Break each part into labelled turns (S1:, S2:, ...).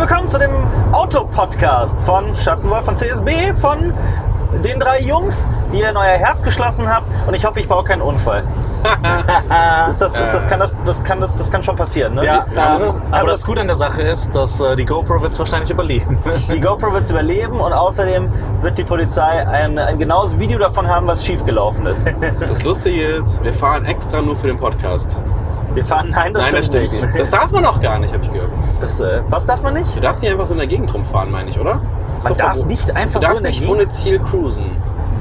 S1: willkommen zu dem Autopodcast von Schattenwolf von CSB, von den drei Jungs, die ihr in euer Herz geschlossen habt. Und ich hoffe, ich baue keinen Unfall. ist das, ist das, kann das, das, kann das, das kann schon passieren, ne?
S2: Ja,
S1: das
S2: ähm,
S1: ist,
S2: aber das Gute an der Sache ist, dass äh, die GoPro wird es wahrscheinlich überleben.
S1: die GoPro wird es überleben und außerdem wird die Polizei ein, ein genaues Video davon haben, was schiefgelaufen ist.
S3: Das Lustige ist, wir fahren extra nur für den Podcast.
S1: Wir fahren, nein, das
S3: Nein, das
S1: stimmt
S3: stimmt nicht. Das darf man auch gar nicht, habe ich gehört.
S1: Das, äh, was darf man nicht?
S3: Du darfst nicht einfach so in der Gegend rumfahren, meine ich, oder? Ist
S1: Man
S3: doch
S1: darf
S3: verboten.
S1: nicht
S3: Du
S1: einfach so
S3: darfst
S1: in der
S3: nicht
S1: Gegend-
S3: ohne Ziel cruisen.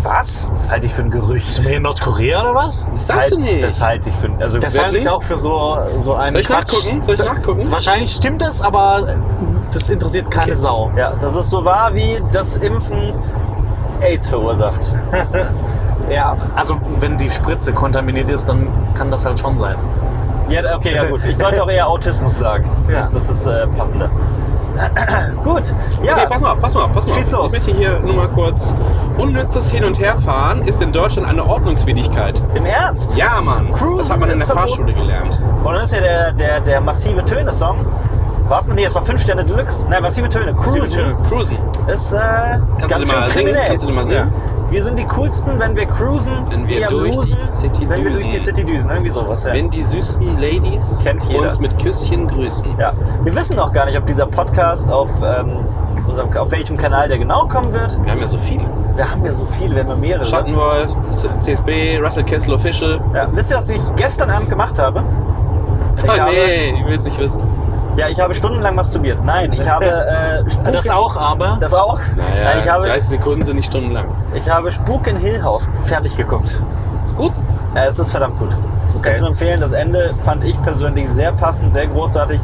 S1: Was? Das halte ich für ein Gerücht.
S2: in Nordkorea oder was?
S3: Das darfst du nicht.
S1: Halt- Das halte ich für ein also
S2: Das
S1: wirklich-
S2: halte ich auch für so, so einen
S3: Soll ich
S2: Quatsch.
S3: nachgucken? Soll ich nachgucken?
S2: Wahrscheinlich stimmt das, aber das interessiert keine Sau.
S1: Ja, das ist so wahr wie das Impfen AIDS verursacht.
S2: Ja, also wenn die Spritze kontaminiert ist, dann kann das halt schon sein.
S1: Ja, okay, ja gut. Ich sollte auch eher Autismus sagen.
S2: Ja.
S1: Das, das ist äh, passender. gut, ja.
S3: Okay, pass mal auf, pass mal auf, pass mal
S1: Schieß
S3: auf.
S1: los.
S3: Ich möchte hier nur mal kurz. Unnützes Hin- und Herfahren ist in Deutschland eine Ordnungswidrigkeit.
S1: Im Ernst?
S3: Ja, Mann.
S1: Cruisen
S3: das hat man in
S1: ist
S3: der
S1: verboten.
S3: Fahrschule gelernt.
S1: Und das ist ja der, der, der massive Töne-Song. War's mal? Nee, es war 5 Sterne Deluxe. Nein, massive Töne. Cruisen
S3: Cruisen.
S1: ist äh,
S3: Kannst du
S1: ganz
S3: den
S1: schön
S3: mal singen?
S1: kriminell.
S3: Kannst du den mal singen?
S1: Wir sind die coolsten, wenn wir cruisen,
S3: Wenn wir
S1: eher
S3: durch die
S1: bluesen,
S3: City
S1: wenn wir durch die
S3: düsen.
S1: City düsen, irgendwie sowas, ja.
S3: Wenn die süßen Ladies
S1: Kennt jeder.
S3: uns mit Küsschen grüßen.
S1: Ja, wir wissen noch gar nicht, ob dieser Podcast auf, ähm, unserem, auf welchem Kanal der genau kommen wird.
S3: Wir haben ja so viele.
S1: Wir haben ja so viele, wir haben ja mehrere.
S3: Schattenwolf, das CSB, Russell Kessel Official.
S1: Ja, wisst ihr, was ich gestern Abend gemacht habe? Ich
S3: Oh,
S1: habe-
S3: nee, ich will's nicht wissen.
S1: Ja, ich habe stundenlang masturbiert. Nein, ich habe äh, Spuk
S2: Das
S1: in-
S2: auch, aber
S1: Das auch?
S3: Naja,
S1: Nein, ich habe,
S3: 30 Sekunden sind nicht stundenlang.
S1: ich habe Spuk in Hill House fertig geguckt.
S3: Ist gut.
S1: Äh, es ist verdammt gut. Kannst du nur empfehlen. Das Ende fand ich persönlich sehr passend, sehr großartig.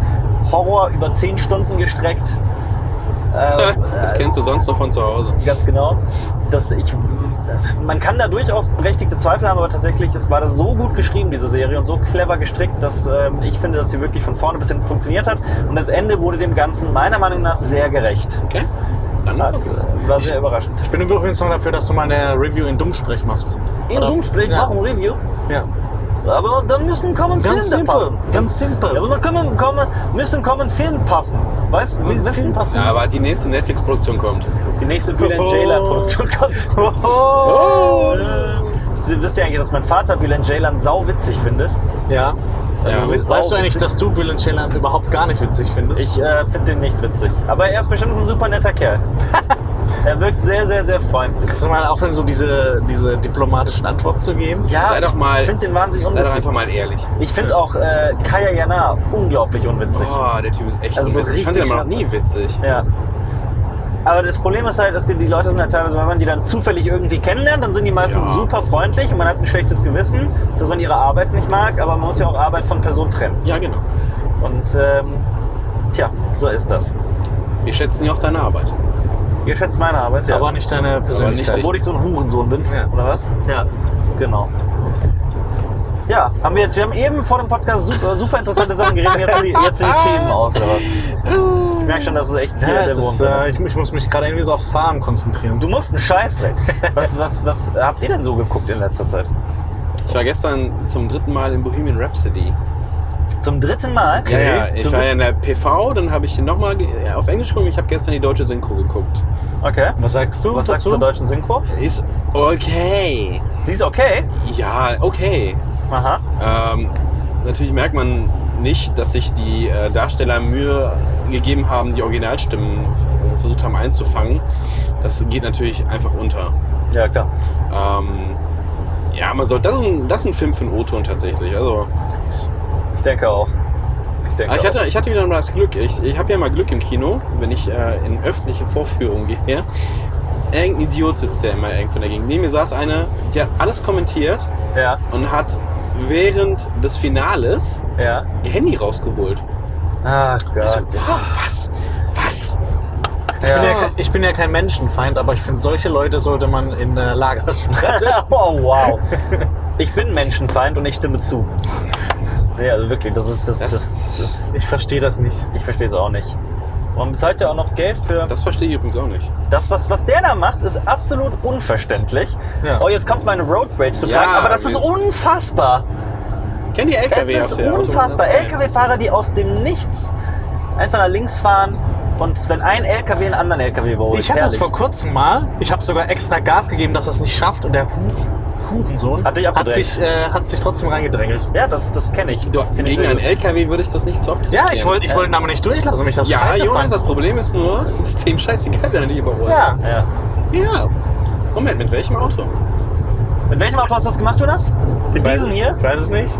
S1: Horror über 10 Stunden gestreckt.
S3: das kennst du sonst noch von zu Hause.
S1: Ganz genau. Dass ich, man kann da durchaus berechtigte Zweifel haben, aber tatsächlich es war das so gut geschrieben, diese Serie, und so clever gestrickt, dass ähm, ich finde, dass sie wirklich von vorne bis hinten funktioniert hat. Und das Ende wurde dem Ganzen meiner Meinung nach sehr gerecht.
S3: Okay? Dann
S1: Hat,
S3: guck's.
S1: äh, war sehr überraschend.
S2: ich bin übrigens noch dafür, dass du mal eine Review in Dummsprech machst.
S1: In
S2: Oder-
S1: Dummsprech
S2: ja.
S1: auch ein Review.
S2: Ja.
S1: Aber dann müssen kommen Filme
S2: Ganz simpel.
S1: passen.
S2: Ganz
S1: Ja, aber
S2: simpel.
S1: dann kommen, kommen, müssen kommen Filme passen. Weißt du, wissen
S2: passen.
S3: Ja, aber die nächste Netflix-Produktion kommt.
S1: Die nächste Bill and Jailer Produktion kommt. Oh.
S2: Oh.
S1: Wisst ihr- Wisst ihr eigentlich, dass mein Vater Bill and Jailer sau witzig findet?
S2: Ja. Also,
S1: Ja,
S2: weißt du
S1: sau
S2: eigentlich,
S1: witzig.
S2: dass du Bill and Sheldon überhaupt gar nicht witzig findest?
S1: Ich äh, finde den nicht witzig. Aber er ist bestimmt ein super netter Kerl. er wirkt sehr, sehr, sehr freundlich.
S2: Kannst du mal aufhören, so diese, diese diplomatischen Antworten zu geben?
S1: Ja,
S3: Sei doch mal-
S1: ich finde den wahnsinnig
S3: Sei doch
S1: unwitzig.
S3: einfach mal ehrlich.
S1: Ich finde auch äh, Kaya Jana unglaublich unwitzig.
S3: Oh, der Typ ist echt
S1: Also so
S3: witzig. Ich fand den
S1: richtig
S3: noch nie witzig.
S1: Ja. Aber das Problem ist halt, dass die, die Leute sind halt teilweise, wenn man die dann zufällig irgendwie kennenlernt, dann sind die meistens
S3: Ja.
S1: super freundlich und man hat ein schlechtes Gewissen, dass man ihre Arbeit nicht mag, aber man muss ja auch Arbeit von Person trennen.
S3: Ja, genau.
S1: Und ähm, tja, so ist das.
S3: Wir schätzen ja auch deine Arbeit.
S1: Ihr schätzt meine Arbeit, ja.
S2: Aber nicht deine Persönlichkeit.
S3: nicht-
S1: obwohl ich so ein Hurensohn bin,
S2: Ja.
S1: oder was?
S2: ja.
S1: Genau. Ja, haben wir jetzt, wir haben eben vor dem Podcast super, super interessante Sachen geredet, jetzt sind die, jetzt sind die Themen aus, oder was? Ich merke schon, dass es echt hier
S2: Ja,
S1: der
S2: es ist,
S1: Wurm
S2: äh, ich, ich muss mich gerade irgendwie so aufs Fahren konzentrieren.
S1: Du musst einen Scheiß drehen. Was, was, was habt ihr denn so geguckt in letzter Zeit?
S3: Ich war gestern zum dritten Mal in Bohemian Rhapsody.
S1: Zum dritten Mal?
S3: Ja, ja, ich
S1: Du
S3: war
S1: bist-
S3: ja in der PV, dann habe ich nochmal auf Englisch geguckt. Ich habe gestern die deutsche Synchro geguckt.
S1: Okay.
S2: was sagst du?
S1: Was sagst du zur deutschen Synchro?
S3: Ist okay.
S1: Sie ist okay.
S3: Ja, okay.
S1: Aha.
S3: Ähm, natürlich merkt man nicht, dass sich die äh, Darsteller Mühe gegeben haben, die Originalstimmen äh, versucht haben einzufangen. Das geht natürlich einfach unter.
S1: Ja, klar.
S3: Ähm, ja, man soll, das ist ein, das ist ein Film für den O-Ton tatsächlich. Also,
S1: Ich denke auch. Ich denke
S3: aber Ah, ich,
S1: auch.
S3: hatte, ich hatte wieder mal das Glück. Ich, ich habe ja mal Glück im Kino, wenn ich äh, in öffentliche Vorführungen gehe. Irgendein Idiot sitzt der immer irgendwo in der Gegend. Neben mir saß eine, die hat alles kommentiert
S1: Ja,
S3: und hat während des Finales
S1: ja.
S3: ihr Handy rausgeholt.
S1: Ach
S3: Also,
S1: Gott.
S3: wow, was? Was?
S2: Ich, bin ja,
S3: Ja.
S2: ke- ich bin ja kein Menschenfeind, aber ich finde, solche Leute sollte man in äh, Lager sperren.
S1: oh, wow. Ich bin Menschenfeind und ich stimme zu. Nee, also wirklich, das ist. Das, das,
S3: Das-
S1: das,
S2: Ich verstehe das nicht.
S1: ich verstehe es auch nicht. Man bezahlt ja auch noch Geld für.
S3: Das verstehe ich übrigens auch nicht.
S1: Das, was, was der da macht, ist absolut unverständlich.
S2: Ja.
S1: Oh, jetzt kommt meine Road Rage zu
S3: Ja,
S1: tragen, aber das ist
S3: wir-
S1: unfassbar.
S3: Kennt ihr LKW
S1: Es ist
S3: auf der Autobahn?
S1: unfassbar.
S3: Das ist geil.
S1: LKW-Fahrer, die aus dem Nichts einfach nach links fahren Und wenn ein LKW einen anderen LKW überholt.
S2: Ich hatte das
S1: herrlich.
S2: vor kurzem mal. Ich habe sogar extra Gas gegeben, dass das nicht schafft. Und der Hu- Hurensohn
S1: Hat dich
S2: hat,
S1: abgedrängt.
S2: sich, äh, hat sich trotzdem reingedrängelt.
S1: Ja, das, das kenne ich.
S3: Doch,
S1: Kenn ich
S3: gegen
S1: sehr
S3: einen
S1: gut.
S3: LKW würde ich das nicht zu oft
S2: Ja, ich
S3: riskieren.
S2: wollte ich
S1: Ähm.
S2: wollte ihn aber nicht durchlassen, weil ich das
S3: Ja,
S2: scheiße
S3: Jonas,
S2: fand.
S3: das Problem ist nur, es ist dem scheißegal, wenn er nicht überholt.
S2: ja.
S1: Ja.
S3: Ja. Moment, mit welchem Auto?
S1: Mit welchem Auto hast du das gemacht, Jonas? Mit diesem hier?
S2: Ich weiß es nicht.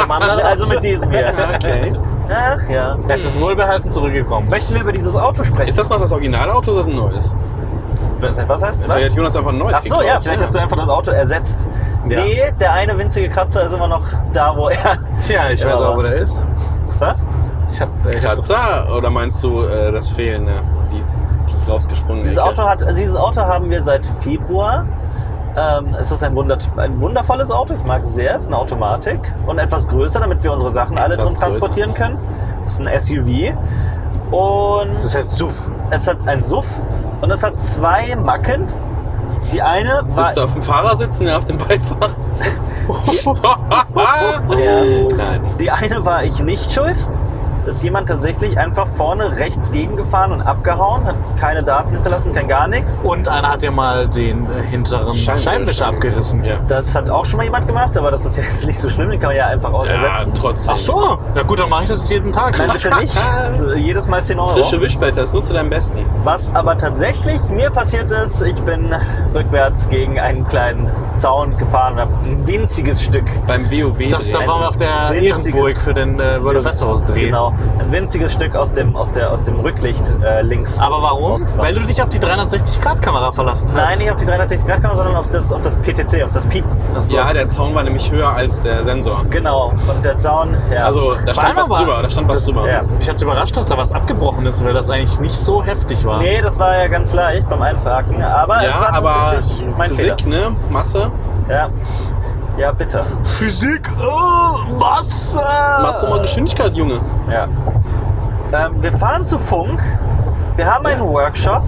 S2: einem anderen.
S1: Also mit diesem hier.
S3: Ja, Ah, Okay.
S1: Ach ja.
S2: Es ist wohlbehalten zurückgekommen.
S1: Möchten wir über dieses Auto sprechen?
S3: Ist das noch das Originalauto oder ist das ein neues?
S1: Was heißt
S3: Vielleicht hat
S1: was?
S3: Jonas einfach ein neues
S1: Ach so, ja, vielleicht hast du einfach das Auto ersetzt.
S2: Ja.
S1: Nee, der eine winzige Kratzer ist immer noch da, wo er.
S2: Tja, ich
S1: Ja,
S2: weiß auch,
S1: aber-
S2: wo der ist.
S1: Was?
S2: Ich hab, ich hab
S3: Kratzer? Oder meinst du äh, das Fehlende? Die, die rausgesprungene
S1: Dieses
S3: Ecke?
S1: Auto, hat, dieses Auto haben wir seit Februar. Ähm, es ist ein, wunder, ein wundervolles Auto, ich mag es sehr. Es ist eine Automatik und etwas größer, damit wir unsere Sachen alle
S3: Etwas
S1: drin transportieren können. Es ist ein SUV. Und
S2: das heißt Suff.
S1: es hat ein Suff und es hat zwei Macken. Die eine war.
S3: Sitzt er auf dem Fahrersitz, ne, auf dem Beifahrersitz? Oh, Nein.
S1: Oh. Die eine war ich nicht schuld. Ist jemand tatsächlich einfach vorne rechts gegengefahren und abgehauen, hat keine Daten hinterlassen, kein gar nichts.
S2: Und einer hat ja mal den äh, hinteren Scheinwischer abgerissen.
S3: Ja.
S1: Das hat auch schon mal jemand gemacht, aber das ist ja jetzt nicht so schlimm, den kann man ja einfach auch
S3: ja,
S1: ersetzen.
S3: trotzdem.
S2: Ach so. Ja gut, dann mache ich das jeden Tag.
S1: Nein, bitte nicht. Also Jedes Mal 10 Euro.
S3: Frische Wischblätter, ist nur zu deinem Besten.
S1: Was aber tatsächlich mir passiert ist, ich bin rückwärts gegen einen kleinen Zaun gefahren und habe ein winziges Stück.
S3: Beim WoW.
S2: Das, da
S3: drehen.
S2: waren wir auf der
S1: Winzige-
S2: Ehrenburg für den äh, World of Festivals Dreh.
S1: Genau, ein winziges Stück aus dem, aus der, aus dem Rücklicht äh, links.
S2: Aber warum?
S1: rausgefahren.
S2: Weil du dich auf die 360-Grad-Kamera verlassen hast.
S1: Nein, nicht auf die 360-Grad-Kamera, sondern auf das, auf das PTC, auf das Piep.
S3: Ja, der Zaun war nämlich höher als der Sensor.
S1: Genau, und der Zaun, ja.
S3: Also, da stand
S2: War
S3: was
S2: aber-
S3: drüber. Da stand was drüber.
S1: ja.
S2: Mich hat's überrascht, dass da was abgebrochen ist, weil das eigentlich nicht so heftig war.
S1: Nee, das war ja ganz leicht beim Einparken, aber es
S3: Ja,
S1: war
S3: aber
S1: tatsächlich mein
S3: Physik,
S1: Fehler.
S3: ne? Masse.
S1: Ja. ja, bitte.
S2: Physik, oh, Masse!
S3: Masse mal Geschwindigkeit, Junge.
S1: Ja. Ähm, wir fahren zu Funk. Wir haben einen Workshop.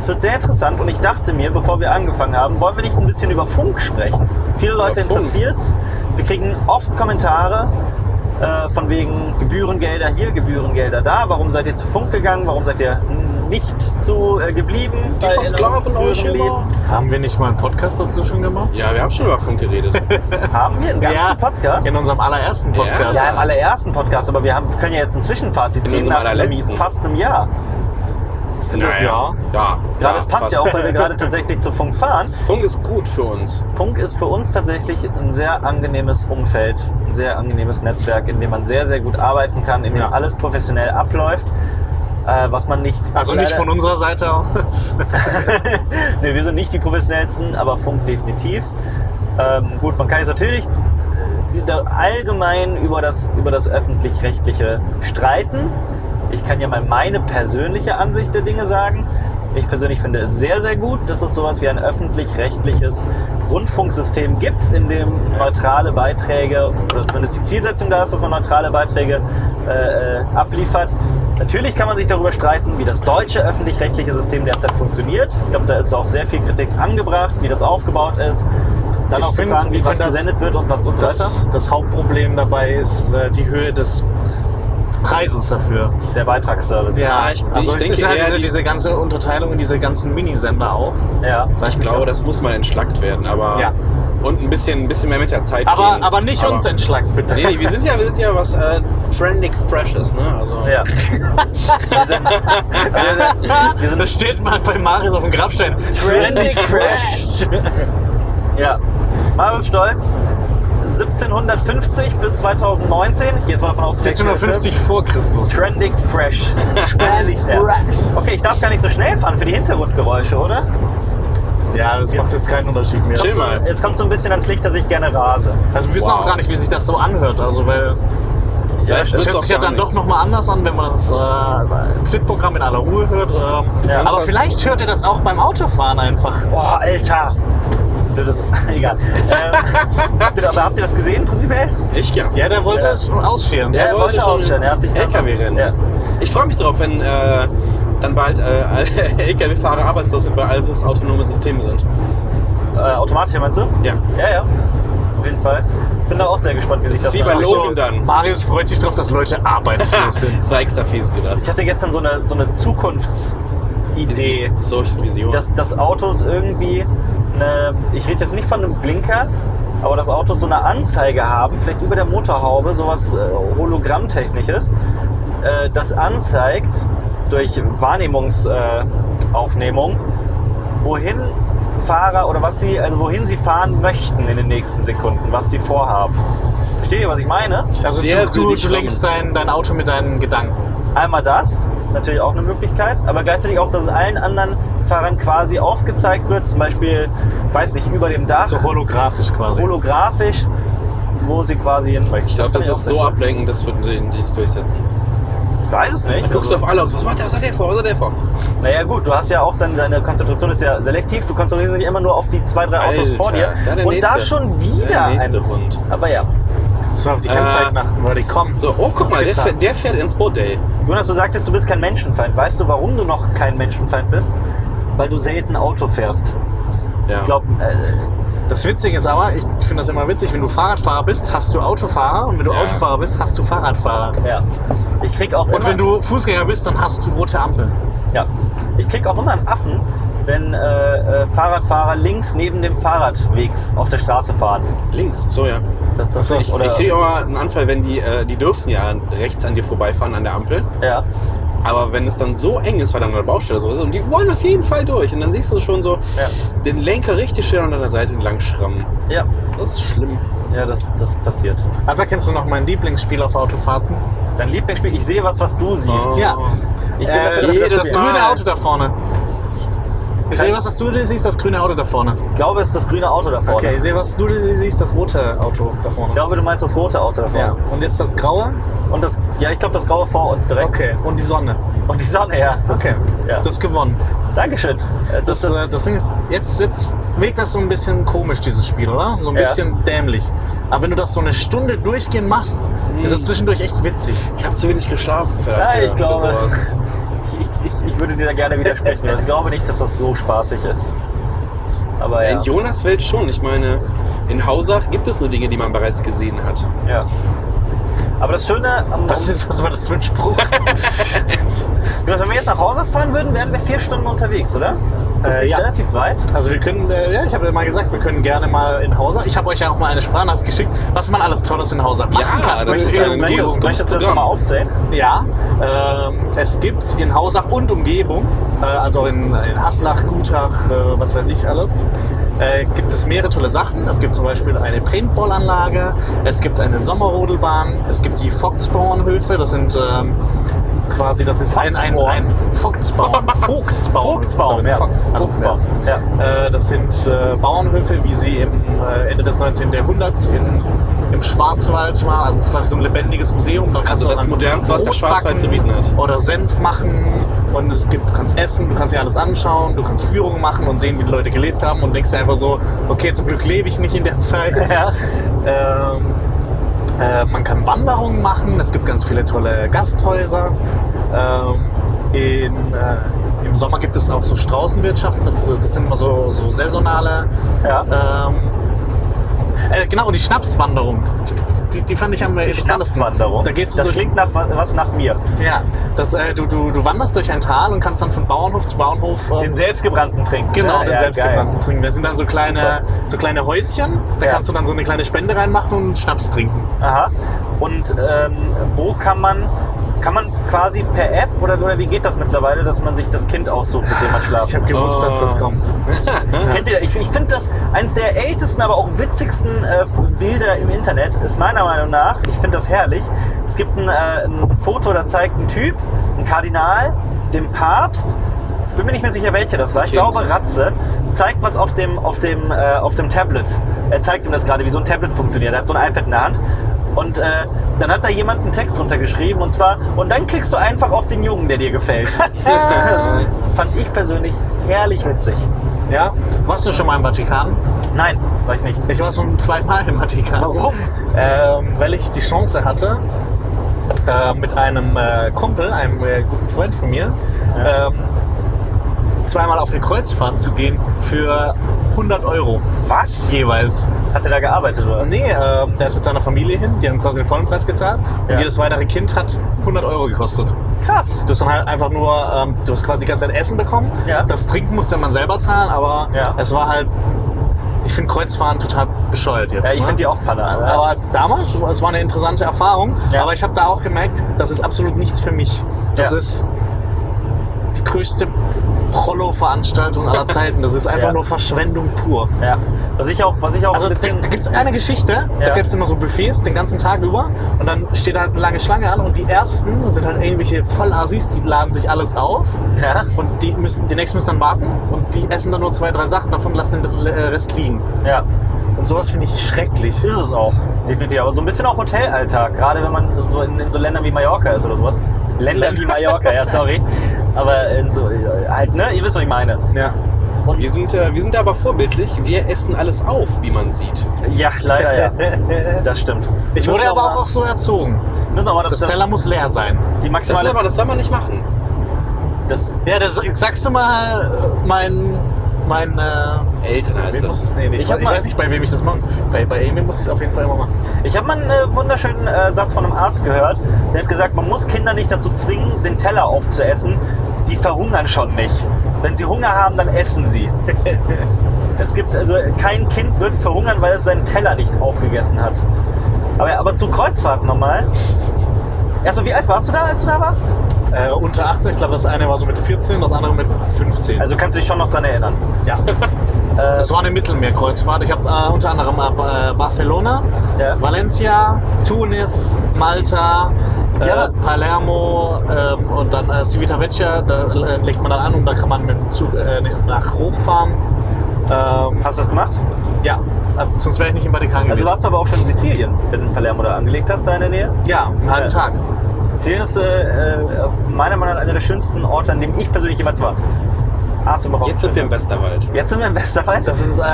S1: Es wird sehr interessant und ich dachte mir, bevor wir angefangen haben, wollen wir nicht ein bisschen über Funk sprechen? Viele Leute
S3: Über Funk?
S1: interessiert's. Wir kriegen oft Kommentare äh, von wegen Gebührengelder hier, Gebührengelder da. Warum seid ihr zu Funk gegangen? Warum seid ihr n- nicht zu äh, geblieben? bei eurem
S3: versklaven euch
S1: früheren
S3: immer.
S2: Haben wir nicht mal einen Podcast dazu schon gemacht?
S3: Ja, wir haben schon über Funk geredet.
S1: Haben wir einen ganzen Podcast?
S2: In unserem allerersten
S3: Ja.
S2: Podcast.
S1: Ja, im allerersten Podcast, aber wir haben, können ja jetzt ein Zwischenfazit
S3: In
S1: ziehen
S3: unserem
S1: nach einem,
S3: allerletzten.
S1: fast einem Jahr. Ich finde das
S2: Ja.
S3: Ja.
S1: Ja, das passt ja auch, weil wir gerade tatsächlich zu Funk fahren.
S3: Funk ist gut für uns.
S1: Funk ist für uns tatsächlich ein sehr angenehmes Umfeld, ein sehr angenehmes Netzwerk, in dem man sehr, sehr gut arbeiten kann, in dem
S2: Ja.
S1: alles professionell abläuft, äh, was man nicht...
S2: Also nicht
S1: leider-
S2: von unserer Seite aus.
S1: Nee, wir sind nicht die professionellsten, aber Funk definitiv. Ähm, gut, man kann jetzt natürlich äh, da allgemein über das, über das öffentlich-rechtliche streiten. Ich kann ja mal meine persönliche Ansicht der Dinge sagen. Ich persönlich finde es sehr, sehr gut, dass es sowas wie ein öffentlich-rechtliches Rundfunksystem gibt, in dem neutrale Beiträge, oder zumindest die Zielsetzung da ist, dass man neutrale Beiträge äh, äh, abliefert. Natürlich kann man sich darüber streiten, wie das deutsche öffentlich-rechtliche System derzeit funktioniert. Ich glaube, da ist auch sehr viel Kritik angebracht, wie das aufgebaut ist. Dann
S2: Ich
S1: auch zu
S2: find-
S1: fragen, wie
S2: ich
S1: was
S2: find das-
S1: gesendet wird und was und so weiter.
S2: Das, das Hauptproblem dabei ist äh, die Höhe des Preises dafür.
S1: Der Beitragsservice.
S3: Ja, ich-
S2: also
S3: ich
S2: es
S3: denke
S2: ist halt
S3: eher
S2: diese,
S3: die-
S2: diese ganze Unterteilung in diese ganzen Minisender auch.
S1: ja.
S2: Weiß
S3: Ich
S2: nicht,
S3: glaube,
S2: ob-
S3: das muss mal entschlackt werden, aber.
S2: Ja.
S3: Und ein bisschen, ein bisschen mehr mit der Zeit
S2: aber,
S3: gehen.
S2: aber nicht uns entschlackt, bitte.
S3: Nee, nee, wir sind ja, wir sind ja was äh, trendig Freshes, ne? Also,
S1: ja. wir sind, wir sind, wir sind
S2: das steht mal bei Marius auf dem Grabstein.
S1: Trendig Fresh. ja. Marius Stolz, 1750 bis 2019. Ich gehe jetzt mal davon aus,
S2: 1750 vor Christus.
S1: Trendig Fresh.
S2: Trendig fresh.
S1: Okay, ich darf gar nicht so schnell fahren für die Hintergrundgeräusche, oder?
S2: Ja, das macht jetzt keinen Unterschied mehr.
S3: Chill mal.
S1: Jetzt kommt so ein bisschen ans Licht, dass ich gerne rase.
S2: Also wir wissen
S3: Wow.
S2: auch gar nicht, wie sich das so anhört. Also weil
S3: Vielleicht
S2: es
S3: wird's
S2: hört
S3: auch
S2: sich ja
S3: gar
S2: dann doch
S3: nichts.
S2: nochmal anders an, wenn man das äh, Schnittprogramm in aller Ruhe hört. Ähm,
S1: Ja.
S2: aber
S3: Sonst-
S2: vielleicht hört ihr das auch beim Autofahren einfach.
S1: Boah, Alter. Blödes. Egal. Ähm, habt ihr, aber habt ihr das gesehen, prinzipiell?
S3: Ich ja.
S2: Ja, der wollte
S1: Ja.
S2: es schon ausscheren.
S1: Ja. er wollte
S3: schon
S1: ausstellen, er hat sich dann-
S3: LKW rennen.
S1: Ja.
S3: Ich freue mich drauf, wenn äh, dann bald äh, alle LKW-Fahrer arbeitslos sind, weil alles autonome Systeme sind.
S1: Äh, automatisch, meinst du?
S3: Ja.
S1: Ja, ja. Auf jeden Fall. bin da auch sehr gespannt, wie sich das
S3: ist wie bei
S1: verhält.
S3: Logan dann.
S2: Marius freut sich drauf, dass Leute arbeitslos sind.
S3: Das war extra fies gedacht.
S1: Ich hatte gestern so eine, so eine Zukunftsidee,
S3: Visi- So, ich- Vision.
S1: dass, dass Autos irgendwie eine, ich rede jetzt nicht von einem Blinker, aber dass Autos so eine Anzeige haben, vielleicht über der Motorhaube, sowas äh, Hologrammtechnisches, äh, das anzeigt durch Wahrnehmungsaufnehmung, äh, Aufnehmung, wohin Fahrer oder was sie, also wohin sie fahren möchten in den nächsten Sekunden, was sie vorhaben. Versteht ihr, was ich meine?
S2: Also
S3: Der will
S2: du,
S3: dich
S2: du, du lenkst dein, dein Auto mit deinen Gedanken.
S1: Einmal das, natürlich auch eine Möglichkeit, aber gleichzeitig auch, dass es allen anderen Fahrern quasi aufgezeigt wird, zum Beispiel, ich weiß nicht, über dem Dach,
S2: So holographisch quasi.
S1: holographisch, wo sie quasi hin
S3: Ich glaube, das ist so ablenkend, das würden die die nicht durchsetzen.
S1: Ich weiß es nicht. also,
S3: Dann guckst du auf alle und was macht der, was hat der vor, was hat der vor?
S1: Naja gut, du hast ja auch dann deine Konzentration ist ja selektiv, du konzentrierst dich immer nur auf die zwei, drei Autos
S3: Alter,
S1: vor dir.
S3: da der
S1: Und da
S3: nächste.
S1: schon
S3: Der
S1: wieder
S3: nächste Hund.
S1: Aber ja.
S2: So auf die
S3: Äh,
S2: Kennzeichen achten, weil die kommen.
S3: So, oh, guck mal, der
S2: Pisser.
S3: fährt, der fährt ins Bordell.
S1: Jonas, du sagtest, du bist kein Menschenfeind. Weißt du, warum du noch kein Menschenfeind bist? Weil du selten Auto fährst.
S3: Ja.
S1: Ich glaube, äh,
S2: Das Witzige ist aber, ich finde das immer witzig, wenn du Fahrradfahrer bist, hast du Autofahrer und wenn du
S3: Ja.
S2: Autofahrer bist, hast du Fahrradfahrer.
S1: ja. Ich krieg auch
S2: Und
S1: immer-
S2: wenn du Fußgänger bist, dann hast du rote Ampel.
S1: Ja. Ich krieg auch immer einen Affen, wenn äh, äh, Fahrradfahrer links neben dem Fahrradweg auf der Straße fahren.
S3: Links, so ja.
S1: Das, das
S2: Ach so,
S1: ich,
S3: Ich, ich kriege auch mal einen Anfall, wenn die, äh, die dürfen ja rechts an dir vorbeifahren an der Ampel.
S1: ja.
S3: Aber wenn es dann so eng ist, weil dann an der Baustelle so ist, und die wollen auf jeden Fall durch. Und dann siehst du schon so
S1: Ja.
S3: den Lenker richtig schön an deiner Seite entlang schrammen.
S1: ja,
S3: Das ist schlimm.
S1: ja, das, das passiert.
S2: Aber kennst du noch mein Lieblingsspiel auf Autofahrten?
S1: Dein Lieblingsspiel, ich sehe was, was du siehst.
S3: Oh.
S2: Ja.
S1: Ich bin
S2: Äh,
S1: dafür,
S2: das
S1: dass
S2: ist
S1: das
S2: das
S1: passiert.
S3: Mal.
S2: grüne Auto da vorne. Ich
S1: Kein-
S2: sehe was, was du siehst, das grüne Auto da vorne.
S1: ich glaube, es ist das grüne Auto da vorne.
S2: Okay, ich sehe was du siehst, das rote Auto da vorne.
S1: Ich glaube, du meinst das rote Auto da vorne.
S2: Ja. Und jetzt das graue?
S1: Und das, ja, ich glaube, das graue vor uns direkt.
S2: Okay. Und die Sonne.
S1: Und die Sonne, ja. Das,
S2: Okay.
S1: Ja.
S2: Das ist gewonnen.
S1: Dankeschön. Es
S2: Das,
S1: ist
S2: äh, das Ding ist, jetzt, jetzt wirkt das so ein bisschen komisch, dieses Spiel, oder? So ein
S1: Ja.
S2: bisschen dämlich. Aber wenn du das so eine Stunde durchgehen machst, ist es zwischendurch echt witzig.
S3: Ich habe zu wenig geschlafen für,
S1: ja,
S3: dafür,
S1: ich glaube,
S3: für sowas.
S1: ich, ich, ich würde dir da gerne widersprechen. weil ich glaube nicht, dass das so spaßig ist. Aber ja.
S3: In Jonas Welt schon. Ich meine, in Hausach gibt es nur Dinge, die man bereits gesehen hat.
S1: Ja. Aber das Schöne am
S2: Was, ist, was war das für ein Spruch?
S1: Jonas, wenn wir jetzt nach Hause fahren würden, wären wir vier Stunden unterwegs, oder? Ist das
S2: Äh,
S1: nicht
S2: ja.
S1: relativ weit?
S2: also wir können, äh, ja, ich habe ja mal gesagt, wir können gerne mal in Hauser. Ich habe euch ja auch mal eine Sprachnachricht geschickt, was man alles Tolles in Hauser machen kann.
S3: das ist
S1: Möchtest du das,
S3: ein
S1: möchtest,
S3: gutes
S1: möchtest du das
S3: Programm.
S1: nochmal aufzählen?
S2: Ja, ähm, es gibt in Hausach und Umgebung, äh, also in, in Haslach, Gutach, äh, was weiß ich alles, äh, gibt es mehrere tolle Sachen. Es gibt zum Beispiel eine Paintballanlage, es gibt eine Sommerrodelbahn, es gibt die Vogtsbauernhöfe, das sind ähm, quasi, das ist ein, ein, ein Vogtsbauern. Vogtsbauern.
S1: Vogtsbaum,
S2: Sorry,
S1: ja.
S2: Vog- also,
S1: Vogtsbaum, ja.
S2: äh, Das sind äh, Bauernhöfe, wie sie im äh, Ende des 19. Jahrhunderts in, im Schwarzwald waren. Also es ist quasi so ein lebendiges Museum. Da kannst
S3: Also
S2: du
S3: das
S2: an
S3: Modernste, was der
S2: Brot
S3: Schwarzwald
S2: backen
S3: zu bieten hat.
S2: Oder Senf machen und es gibt, du kannst essen, du kannst dir alles anschauen, du kannst Führungen machen und sehen, wie die Leute gelebt haben und denkst dir einfach so, okay, zum Glück lebe ich nicht in der Zeit.
S1: Ja.
S2: Ähm, äh, man kann Wanderungen machen, es gibt ganz viele tolle Gasthäuser. Ähm, in, äh, Im Sommer gibt es auch so Straußenwirtschaften, das, das sind immer so, so saisonale.
S1: Ja.
S2: Ähm, äh, genau, und die Schnapswanderung, die, die fand ich am
S1: Die
S2: interessantesten.
S1: Schnapswanderung.
S2: Da gehst du
S1: das
S2: durch,
S1: klingt nach was, was nach mir.
S2: Ja, das, äh, du, du, du wanderst durch ein Tal und kannst dann von Bauernhof zu Bauernhof. äh,
S1: Den selbstgebrannten trinken.
S2: Genau,
S1: ne?
S2: den
S1: Ja,
S2: selbstgebrannten trinken. Das sind dann so kleine, so kleine Häuschen, da
S1: Ja.
S2: kannst du dann so eine kleine Spende reinmachen und Schnaps trinken.
S1: geil. Aha. Und ähm, wo kann man, kann man quasi per App oder, oder wie geht das mittlerweile, dass man sich das Kind aussucht, mit dem man
S2: Ich
S1: schlafen
S2: habe gewusst, dass das kommt.
S1: Kennt ihr, ich ich finde das eines der ältesten, aber auch witzigsten äh, Bilder im Internet. Ist meiner Meinung nach, ich finde das herrlich. Es gibt ein, äh, ein Foto, da zeigt ein Typ, ein Kardinal, dem Papst. Bin mir nicht mehr sicher, welcher das war. Ich
S3: Kind.
S1: glaube, Ratze zeigt was auf dem, auf dem, äh, auf dem Tablet. Er zeigt ihm das gerade, wie so ein Tablet funktioniert. Er hat so ein iPad in der Hand. Und äh, dann hat da jemand einen Text runtergeschrieben und zwar, und dann klickst du einfach auf den Jungen, der dir gefällt. Fand ich persönlich herrlich witzig.
S2: Ja? Warst du schon mal im Vatikan?
S1: Nein, war ich nicht.
S2: Ich war schon zweimal im Vatikan.
S1: Warum?
S2: Ähm, weil ich die Chance hatte, äh, mit einem äh, Kumpel, einem äh, guten Freund von mir, ähm, zweimal auf eine Kreuzfahrt zu gehen für 100 Euro. Was jeweils?
S1: Hat er da gearbeitet oder was?
S2: Nee, äh, der ist mit seiner Familie hin, die haben quasi den vollen Preis gezahlt
S1: Ja.
S2: und jedes weitere Kind hat 100 Euro gekostet.
S1: Krass.
S2: Du hast dann halt einfach nur, ähm, du hast quasi die ganze Zeit Essen bekommen.
S1: Ja.
S2: Das Trinken musste man selber zahlen, aber
S1: Ja.
S2: es war halt, ich finde Kreuzfahren total bescheuert jetzt.
S1: Ja, ich
S2: ne?
S1: finde die auch Panne.
S2: Aber damals, es war eine interessante Erfahrung.
S1: Ja.
S2: Aber ich habe da auch gemerkt, das ist absolut nichts für mich. Das
S1: Ja.
S2: ist die größte Prollo-Veranstaltung aller Zeiten. Das ist einfach
S1: Ja.
S2: nur Verschwendung pur.
S1: ja. Was ich auch, was ich auch
S2: Also
S1: ein
S2: da,
S1: bisschen.
S2: da gibt es eine Geschichte,
S1: Ja.
S2: da gibt es immer so Buffets den ganzen Tag über und dann steht halt eine lange Schlange an und die ersten sind halt irgendwelche Vollassis, die laden sich alles auf
S1: Ja.
S2: und die, müssen, die nächsten müssen dann warten und die essen dann nur zwei, drei Sachen, davon lassen den äh, Rest liegen.
S1: Ja.
S2: Und sowas finde ich schrecklich.
S1: Ist es auch, definitiv. Aber so ein bisschen auch Hotelalltag, gerade wenn man so so in, in so Ländern wie Mallorca ist oder sowas. Länder wie Mallorca, ja, sorry. Aber in so, äh, halt, ne? Ihr wisst, was ich meine.
S2: Ja.
S3: Wir sind, äh, wir sind da aber vorbildlich. Wir essen alles auf, wie man sieht.
S1: Ja, leider ja. Das stimmt.
S2: Ich wurde
S1: Müssen
S2: aber
S1: mal-
S2: auch, auch so erzogen.
S1: Müssen wir mal das,
S2: Das
S1: das,
S2: Teller muss leer sein.
S1: die
S3: Das, ist
S1: maximale.
S3: aber, das soll man nicht machen.
S1: Das,
S2: Ja, das sagst du mal äh, mein. mein äh,
S3: Eltern heißt
S2: wem muss
S3: das.
S2: es- nee, nicht.
S1: Ich
S2: ich,
S1: hab mal-
S2: weiß nicht, bei wem ich das mache. Bei, bei Amy muss ich es auf jeden Fall immer machen.
S1: ich habe mal einen äh, wunderschönen äh, Satz von einem Arzt gehört. Der hat gesagt, man muss Kinder nicht dazu zwingen, den Teller aufzuessen. Die verhungern schon nicht. Wenn sie Hunger haben, dann essen sie. es gibt also kein Kind wird verhungern, weil es seinen Teller nicht aufgegessen hat. Aber, aber zu Kreuzfahrt nochmal. Erstmal, wie alt warst du da, als du da warst?
S2: Äh, unter 18, ich glaube, das eine war so mit 14, das andere mit 15.
S1: Also äh, kannst du dich schon noch dran erinnern.
S2: ja. das war eine Mittelmeerkreuzfahrt. Ich habe äh, unter anderem äh, Barcelona,
S1: Ja.
S2: Valencia, Tunis, Malta, äh,
S1: Ja.
S2: Palermo äh, und dann äh, Civitavecchia. Da äh, legt man dann an und da kann man mit dem Zug äh, nach Rom fahren. Ähm,
S1: Hast du das gemacht?
S2: Ja, also sonst wäre ich nicht im Vatikan
S1: Also
S2: gewesen.
S1: warst du aber auch schon in Sizilien, wenn du in Palermo da angelegt hast, da in der Nähe?
S2: ja, einen halben
S1: Ja.
S2: Tag.
S1: Sizilien ist äh, äh, auf meiner Meinung nach einer der schönsten Orte, an dem ich persönlich jemals war. Das ist atemberaubend.
S3: Jetzt sind wir im Westerwald.
S1: Jetzt sind wir im Westerwald.
S2: Das ist äh,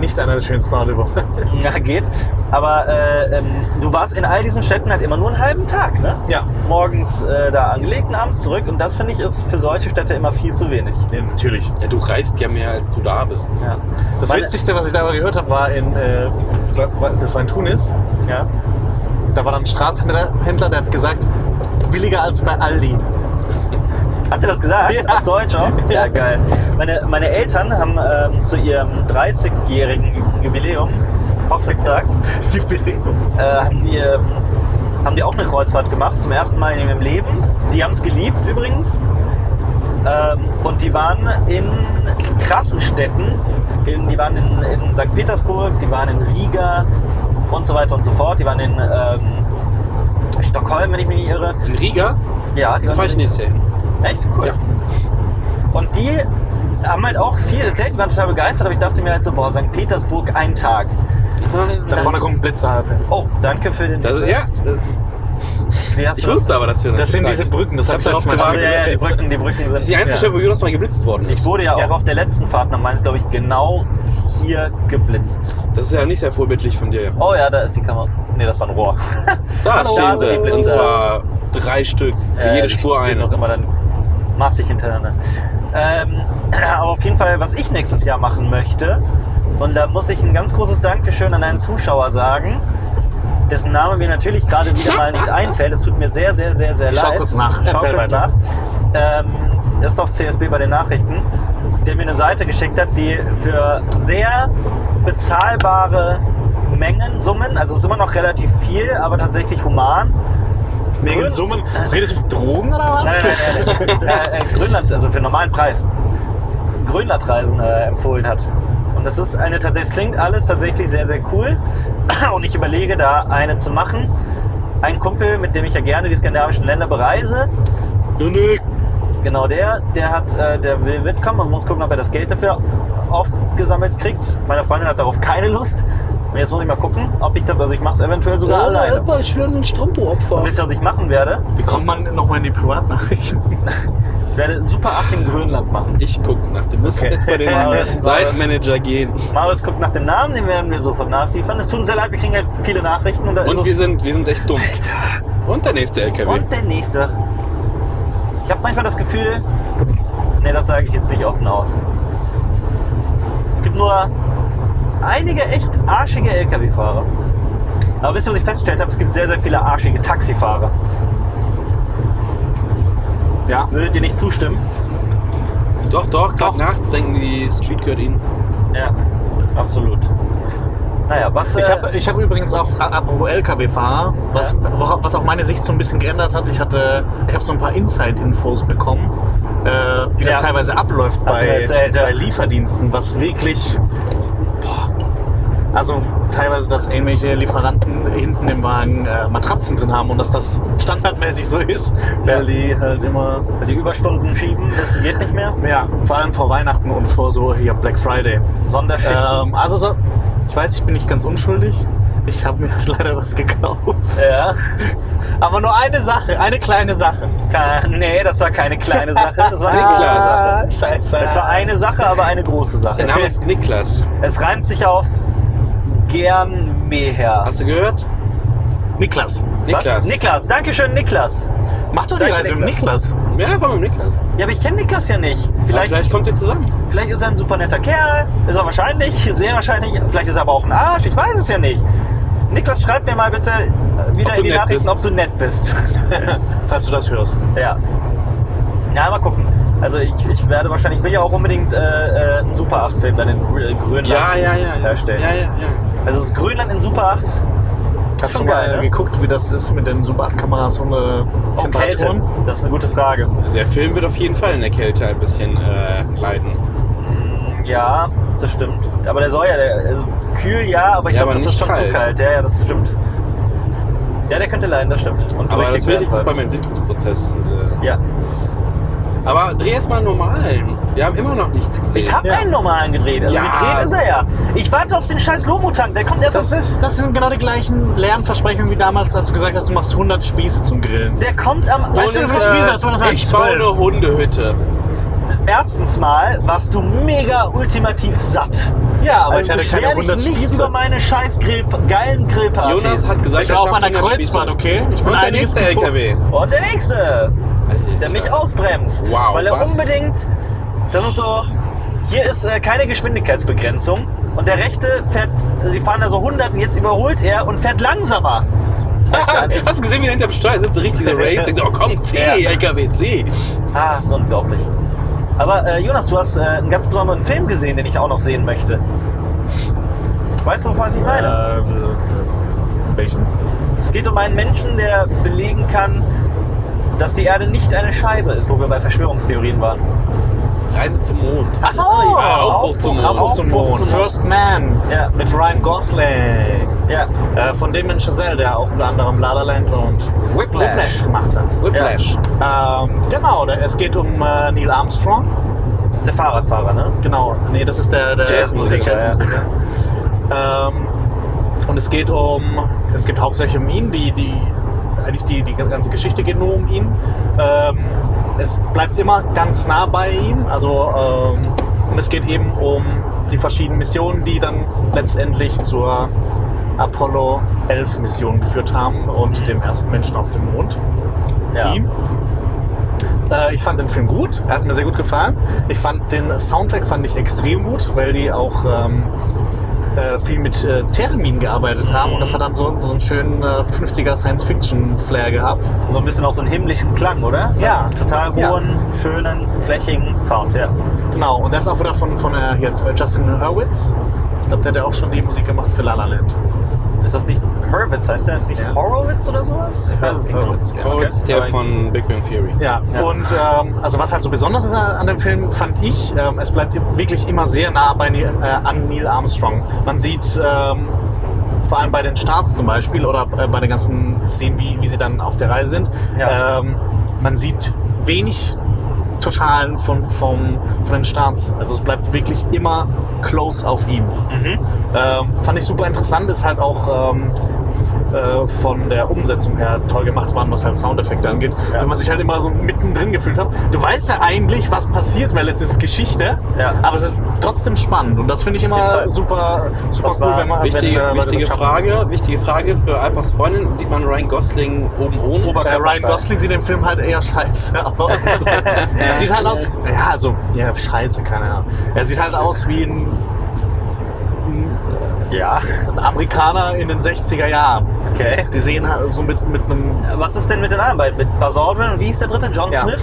S2: nicht einer der schönsten Orte überhaupt.
S1: ja, geht. Aber äh, ähm, du warst in all diesen Städten halt immer nur einen halben Tag, ne?
S2: Ja.
S1: Morgens äh, da angelegt und abends zurück. Und das finde ich ist für solche Städte immer viel zu wenig.
S2: Nee, natürlich.
S3: Ja, du reist ja mehr, als du da bist.
S1: Ja.
S2: Das
S1: Meine-
S2: Witzigste, was ich da aber gehört habe, war in, äh, das glaub- war- das war in Tunis.
S1: Ja.
S2: Da war dann ein Straßenhändler, Händler, der hat gesagt, billiger als bei Aldi.
S1: Hat er das gesagt?
S2: Ja.
S1: Auf Deutsch auch?
S2: Ja.
S1: Ja, geil. Meine, meine Eltern haben ähm, zu ihrem 30-jährigen Jubiläum, Hochzeitstag, äh, haben, die, ähm, haben die auch eine Kreuzfahrt gemacht, zum ersten Mal in ihrem Leben. Die haben es geliebt übrigens. Ähm, und die waren in krassen Städten. In, die waren in, in St. Petersburg, die waren in Riga und so weiter und so fort. Die waren in ähm, Stockholm, wenn ich mich nicht irre.
S3: In Riga?
S1: Ja, die
S3: Da
S1: waren
S3: fahre ich nächstes Jahr hin.
S1: Echt? Cool.
S3: Ja.
S1: Und die haben halt auch viel erzählt, die waren total begeistert, aber ich dachte mir halt so, boah, St. Petersburg, ein Tag.
S2: Da
S1: Das-
S2: vorne kommt ein Blitzerhalpe.
S1: Oh, danke für den
S3: Das, ja, das,
S1: Wie hast
S3: ich
S1: du das?
S3: wusste aber, dass wir das
S2: Das sind
S3: gesagt.
S2: diese Brücken, das
S3: Ich
S2: hab
S3: hab
S2: ich
S3: darauf
S2: letztes Mal
S1: Also,
S3: gewartet.
S1: ja, ja, die Brücken, die Brücken sind.
S3: Das ist die einzige
S1: ja.
S3: Stelle, wo Jonas mal geblitzt worden
S1: Ich
S3: ist.
S1: wurde ja,
S2: Ja.
S1: auch auf der letzten Fahrt nach Mainz, glaube ich, genau hier geblitzt.
S3: Das ist ja nicht sehr vorbildlich von dir.
S1: Oh ja, da ist die Kamera. Ne, das war ein Rohr.
S3: Da
S1: Hallo. Da
S3: stehen
S1: sind die
S3: sie. Und
S1: Blitze.
S3: zwar drei Stück. Für
S1: Äh,
S3: jede
S1: die
S3: Spur
S1: stehen Auch
S3: eine.
S1: immer dann massig hintereinander. Ähm, aber auf jeden Fall, was ich nächstes Jahr machen möchte, und da muss ich ein ganz großes Dankeschön an einen Zuschauer sagen, dessen Name mir natürlich gerade wieder mal nicht einfällt. Es tut mir sehr, sehr, sehr, sehr
S2: Ich
S1: leid.
S2: schau kurz nach.
S1: Schau
S2: Erzähl
S1: kurz
S2: weiter.
S1: nach. Ähm, das ist auf CSB bei den Nachrichten, der mir eine Seite geschickt hat, die für sehr bezahlbare Mengen, Summen, also es ist immer noch relativ viel, aber tatsächlich human,
S2: Wegen Summen. Was redest du von Drogen oder was?
S1: Nein, nein, nein, nein. äh, äh, Grönland, also für einen normalen Preis, Grönlandreisen äh, empfohlen hat. Und das ist eine tatsächlich, es klingt alles tatsächlich sehr, sehr cool. Und ich überlege, da eine zu machen. Ein Kumpel, mit dem ich ja gerne die skandinavischen Länder bereise,
S3: Janik!
S1: genau der, der hat, äh, der will mitkommen und muss gucken, ob er das Geld dafür aufgesammelt kriegt. Meine Freundin hat darauf keine Lust. Und jetzt muss ich mal gucken, ob ich das, also ich mache es eventuell sogar alleine.
S3: Oh, ich will ein Strompo-Opfer.
S1: Wisst ihr, was ich machen werde?
S2: Wie kommt man nochmal in die Privatnachrichten?
S1: Ich werde Super 8 in Grönland machen.
S3: Ich gucke nach dem. Müssen
S2: Okay.
S3: jetzt bei
S1: Ja, das
S3: den
S1: ist alles.
S3: Seitenmanager gehen.
S1: Marius guckt nach dem Namen, den werden wir sofort nachliefern. Es tut uns sehr leid, wir kriegen halt viele Nachrichten und da ist
S3: Und
S1: es-
S3: wir sind, wir sind echt dumm. Und der nächste LKW.
S1: Und der nächste. Ich habe manchmal das Gefühl, ne, das sage ich jetzt nicht offen aus. Es gibt nur einige echt arschige LKW-Fahrer. Aber wisst ihr, was ich festgestellt habe? Es gibt sehr, sehr viele arschige Taxifahrer.
S2: Ja.
S1: Würdet ihr nicht zustimmen?
S3: Doch, doch, gerade nachts denken die, Street gehört ihnen.
S1: Ja, absolut. Naja, was.
S2: Ich
S1: äh,
S2: habe ich hab übrigens auch, a- apropos LKW-Fahrer, was, wora- was auch meine Sicht so ein bisschen geändert hat, ich hatte, ich habe so ein paar Inside-Infos bekommen, äh, wie das
S1: Ja.
S2: teilweise abläuft
S1: Hast du
S2: bei,
S1: erzählt, ja.
S2: bei Lieferdiensten, was wirklich, boah, also teilweise, dass irgendwelche Lieferanten hinten im Wagen äh, Matratzen drin haben und dass das standardmäßig so ist, weil die halt immer,
S1: die Überstunden schieben, das geht nicht mehr.
S2: ja, vor allem vor Weihnachten und vor so hier Black Friday.
S1: Sonderschichten.
S2: Ähm, also so, ich weiß, ich bin nicht ganz unschuldig. Ich habe mir jetzt leider was gekauft.
S1: Ja.
S2: Aber nur eine Sache, eine kleine Sache.
S1: Ka- Nee, das war keine kleine Sache. Das war eine
S3: Ah.
S1: große Sache.
S2: scheiße.
S1: Es war eine Sache, aber eine große
S3: Der
S1: Sache.
S3: Name ist Niklas.
S1: Es reimt sich auf gern mehr.
S3: Hast du gehört?
S2: Niklas.
S3: Niklas.
S1: Niklas, danke schön, Niklas.
S2: Mach doch die
S1: Danke,
S2: Reise mit Niklas.
S3: Ja, war mit dem Niklas.
S1: Ja, aber ich kenne Niklas ja nicht.
S3: Vielleicht,
S1: Vielleicht,
S3: vielleicht kommt ihr zusammen.
S1: vielleicht ist er ein super netter Kerl. Ist er wahrscheinlich, sehr wahrscheinlich. Vielleicht ist er aber auch ein Arsch. Ich weiß es ja nicht. Niklas, schreib mir mal bitte äh, wieder in
S3: Ob du
S1: die
S3: nett
S1: Nachrichten,
S3: bist.
S1: ob du nett bist.
S2: Falls du das hörst.
S1: Ja. Ja, mal gucken. Also ich, ich werde wahrscheinlich, ich will ja auch unbedingt äh, äh, einen Super 8 Film dann in Gr- Grönland
S3: Ja, ja, ja. Ja,
S1: herstellen.
S3: ja, ja. ja.
S1: Also ist Grönland in Super 8.
S2: Hast
S1: Schon
S2: du mal
S1: geil, ne?
S2: geguckt, wie das ist mit den Super 8 Kameras und äh,
S1: Oh,
S2: Temperaturen?
S1: Kälte. Das ist eine gute Frage.
S3: Also Der Film wird auf jeden Fall in der Kälte ein bisschen äh, leiden.
S1: Ja, das stimmt. Aber der soll ja, der, also kühl ja, aber ich
S3: Ja,
S1: glaube,
S3: aber
S1: das ist
S3: nicht
S1: schon zu
S3: kalt.
S1: kalt. Ja, ja, das stimmt. Ja, der könnte leiden, das stimmt. Und
S3: Aber
S1: durchgeknallt
S3: das Wichtigste ist
S1: werden.
S3: beim Entwicklungsprozess. Äh.
S1: Ja.
S3: Aber dreh jetzt mal einen normalen. Wir haben immer noch nichts gesehen.
S1: Ich hab
S2: Ja.
S1: einen normalen gedreht. Also
S3: Ja.
S1: gedreht ist er ja. Ich warte auf den scheiß Lomo-Tank. Der kommt erst am
S2: Das, ist, das sind genau die gleichen Lernversprechungen wie damals, als du gesagt hast, du machst 100 Spieße zum Grillen.
S1: der kommt am
S2: Weißt du, wie viele Spieße hast du? Das waren
S3: äh, ich baue
S2: zwölf.
S3: eine Hundehütte.
S1: Erstens mal warst du mega ultimativ satt.
S2: Ja, aber
S1: also
S2: ich hatte
S1: beschwer
S2: keine 100
S1: dich nicht
S2: Spieße. Äh,
S1: über meine scheiß Grill, geilen Grillpartys.
S3: Jonas hat gesagt,
S2: Ah, Ich war auf
S3: schafft
S2: einer
S3: 100
S2: Kreuzfahrt,
S3: Spieße.
S2: okay? Ich bin
S3: Und der
S2: einiges
S3: nächste
S2: gewohnt.
S3: LKW.
S1: Und der nächste, der
S3: Alter.
S1: mich ausbremst.
S3: Wow,
S1: weil er
S3: was?
S1: unbedingt. Das ist so. Hier ist äh, keine Geschwindigkeitsbegrenzung. Und der rechte fährt. Also die fahren da so 100 und jetzt überholt er und fährt langsamer.
S3: Hast du gesehen, wie der hinter dem Steuer sitzt? So Richtig so Race. Denkst du, oh komm, C,
S1: Ja.
S3: LKW, C.
S1: Ah, so unglaublich. Aber äh, Jonas, du hast äh, einen ganz besonderen Film gesehen, den ich auch noch sehen möchte. Weißt du, was ich meine?
S2: Äh, welchen?
S1: Es geht um einen Menschen, der belegen kann, dass die Erde nicht eine Scheibe ist, wo wir bei Verschwörungstheorien waren.
S3: Reise zum Mond.
S1: Ach so,
S3: ja, Aufbruch zum Mond.
S2: Rauf zum Mond.
S1: First.
S2: First Man
S1: Ja.
S2: mit Ryan Gosling.
S1: Ja,
S2: Äh, von dem in Chazelle, der auch unter anderem La La Land und
S1: Whiplash.
S2: gemacht hat.
S3: Whiplash.
S2: Ähm, genau, da, es geht um äh, Neil Armstrong.
S1: das ist der Fahrradfahrer, ne?
S2: Genau, nee, das ist der, der
S3: Jazzmusiker,
S2: der Jazzmusiker. Ähm, und es geht um, es geht hauptsächlich um ihn, die, die, eigentlich die, die ganze Geschichte geht nur um ihn. Ähm, es bleibt immer ganz nah bei ihm, also ähm, und es geht eben um die verschiedenen Missionen, die dann letztendlich zur Apollo 11 Mission geführt haben und dem ersten Menschen auf dem Mond
S1: Ja.
S2: ihm. Äh, ich fand den Film gut, er hat mir sehr gut gefallen. Ich fand den Soundtrack fand ich extrem gut, weil die auch ähm, äh, viel mit äh, Termin gearbeitet haben und das hat dann so, so einen schönen äh, 50er Science-Fiction-Flair gehabt.
S1: So ein bisschen auch so einen himmlischen Klang, oder? So
S2: Ja.
S1: einen Total
S2: Ja.
S1: hohen, schönen, flächigen Sound, ja.
S2: Genau, und der ist auch wieder von, von äh, hier, äh, Justin Hurwitz. Ich glaube, der hat ja auch schon die Musik gemacht für La La Land.
S1: Ist das nicht Hurwitz, heißt der? Ist das nicht
S2: Ja.
S1: Horowitz oder sowas? Ich weiß es nicht genau.
S2: Horowitz, ja.
S1: Okay.
S3: Oh, jetzt der
S1: Aber-
S3: von Big Bang Theory.
S2: Ja,
S1: Ja.
S2: und ähm, also was halt so besonders ist an an dem Film, fand ich, ähm, es bleibt wirklich immer sehr nah bei Neil, äh, an Neil Armstrong. Man sieht ähm, vor allem bei den Starts zum Beispiel oder äh, bei den ganzen Szenen, wie, wie sie dann auf der Reise sind,
S1: Ja.
S2: ähm, man sieht wenig Totalen von, vom, von den Starts. Also es bleibt wirklich immer close auf ihm.
S1: Mhm.
S2: Ähm, fand ich super interessant, ist halt auch ähm, äh, von der Umsetzung her toll gemacht worden, was halt Soundeffekte angeht.
S1: Ja.
S2: Wenn man sich halt immer so mittendrin gefühlt hat. Du weißt ja eigentlich, was passiert, weil es ist Geschichte,
S1: Ja.
S2: aber es ist trotzdem spannend. Und das finde ich
S1: jeden
S2: immer
S1: Fall.
S2: super, super
S1: Das
S2: cool,
S1: war
S2: wenn man
S3: Wichtige,
S2: wenn, äh, Leute
S3: wichtige
S2: das schaffen.
S3: Frage, wichtige Frage für Alpas Freundin. Sieht man Ryan Gosling oben ohne?
S2: Äh, Ryan Gosling sieht im Film halt eher scheiße aus. er sieht halt aus. Ja, also, ja, scheiße, keine Ahnung. Er sieht halt aus wie ein, ein
S1: Ja,
S2: Ein Amerikaner in den 60er Jahren.
S1: okay.
S2: Die sehen halt so mit, mit einem.
S1: Was ist denn mit den anderen beiden? Mit Buzz Aldrin und wie hieß der dritte? John
S2: Ja.
S1: Smith?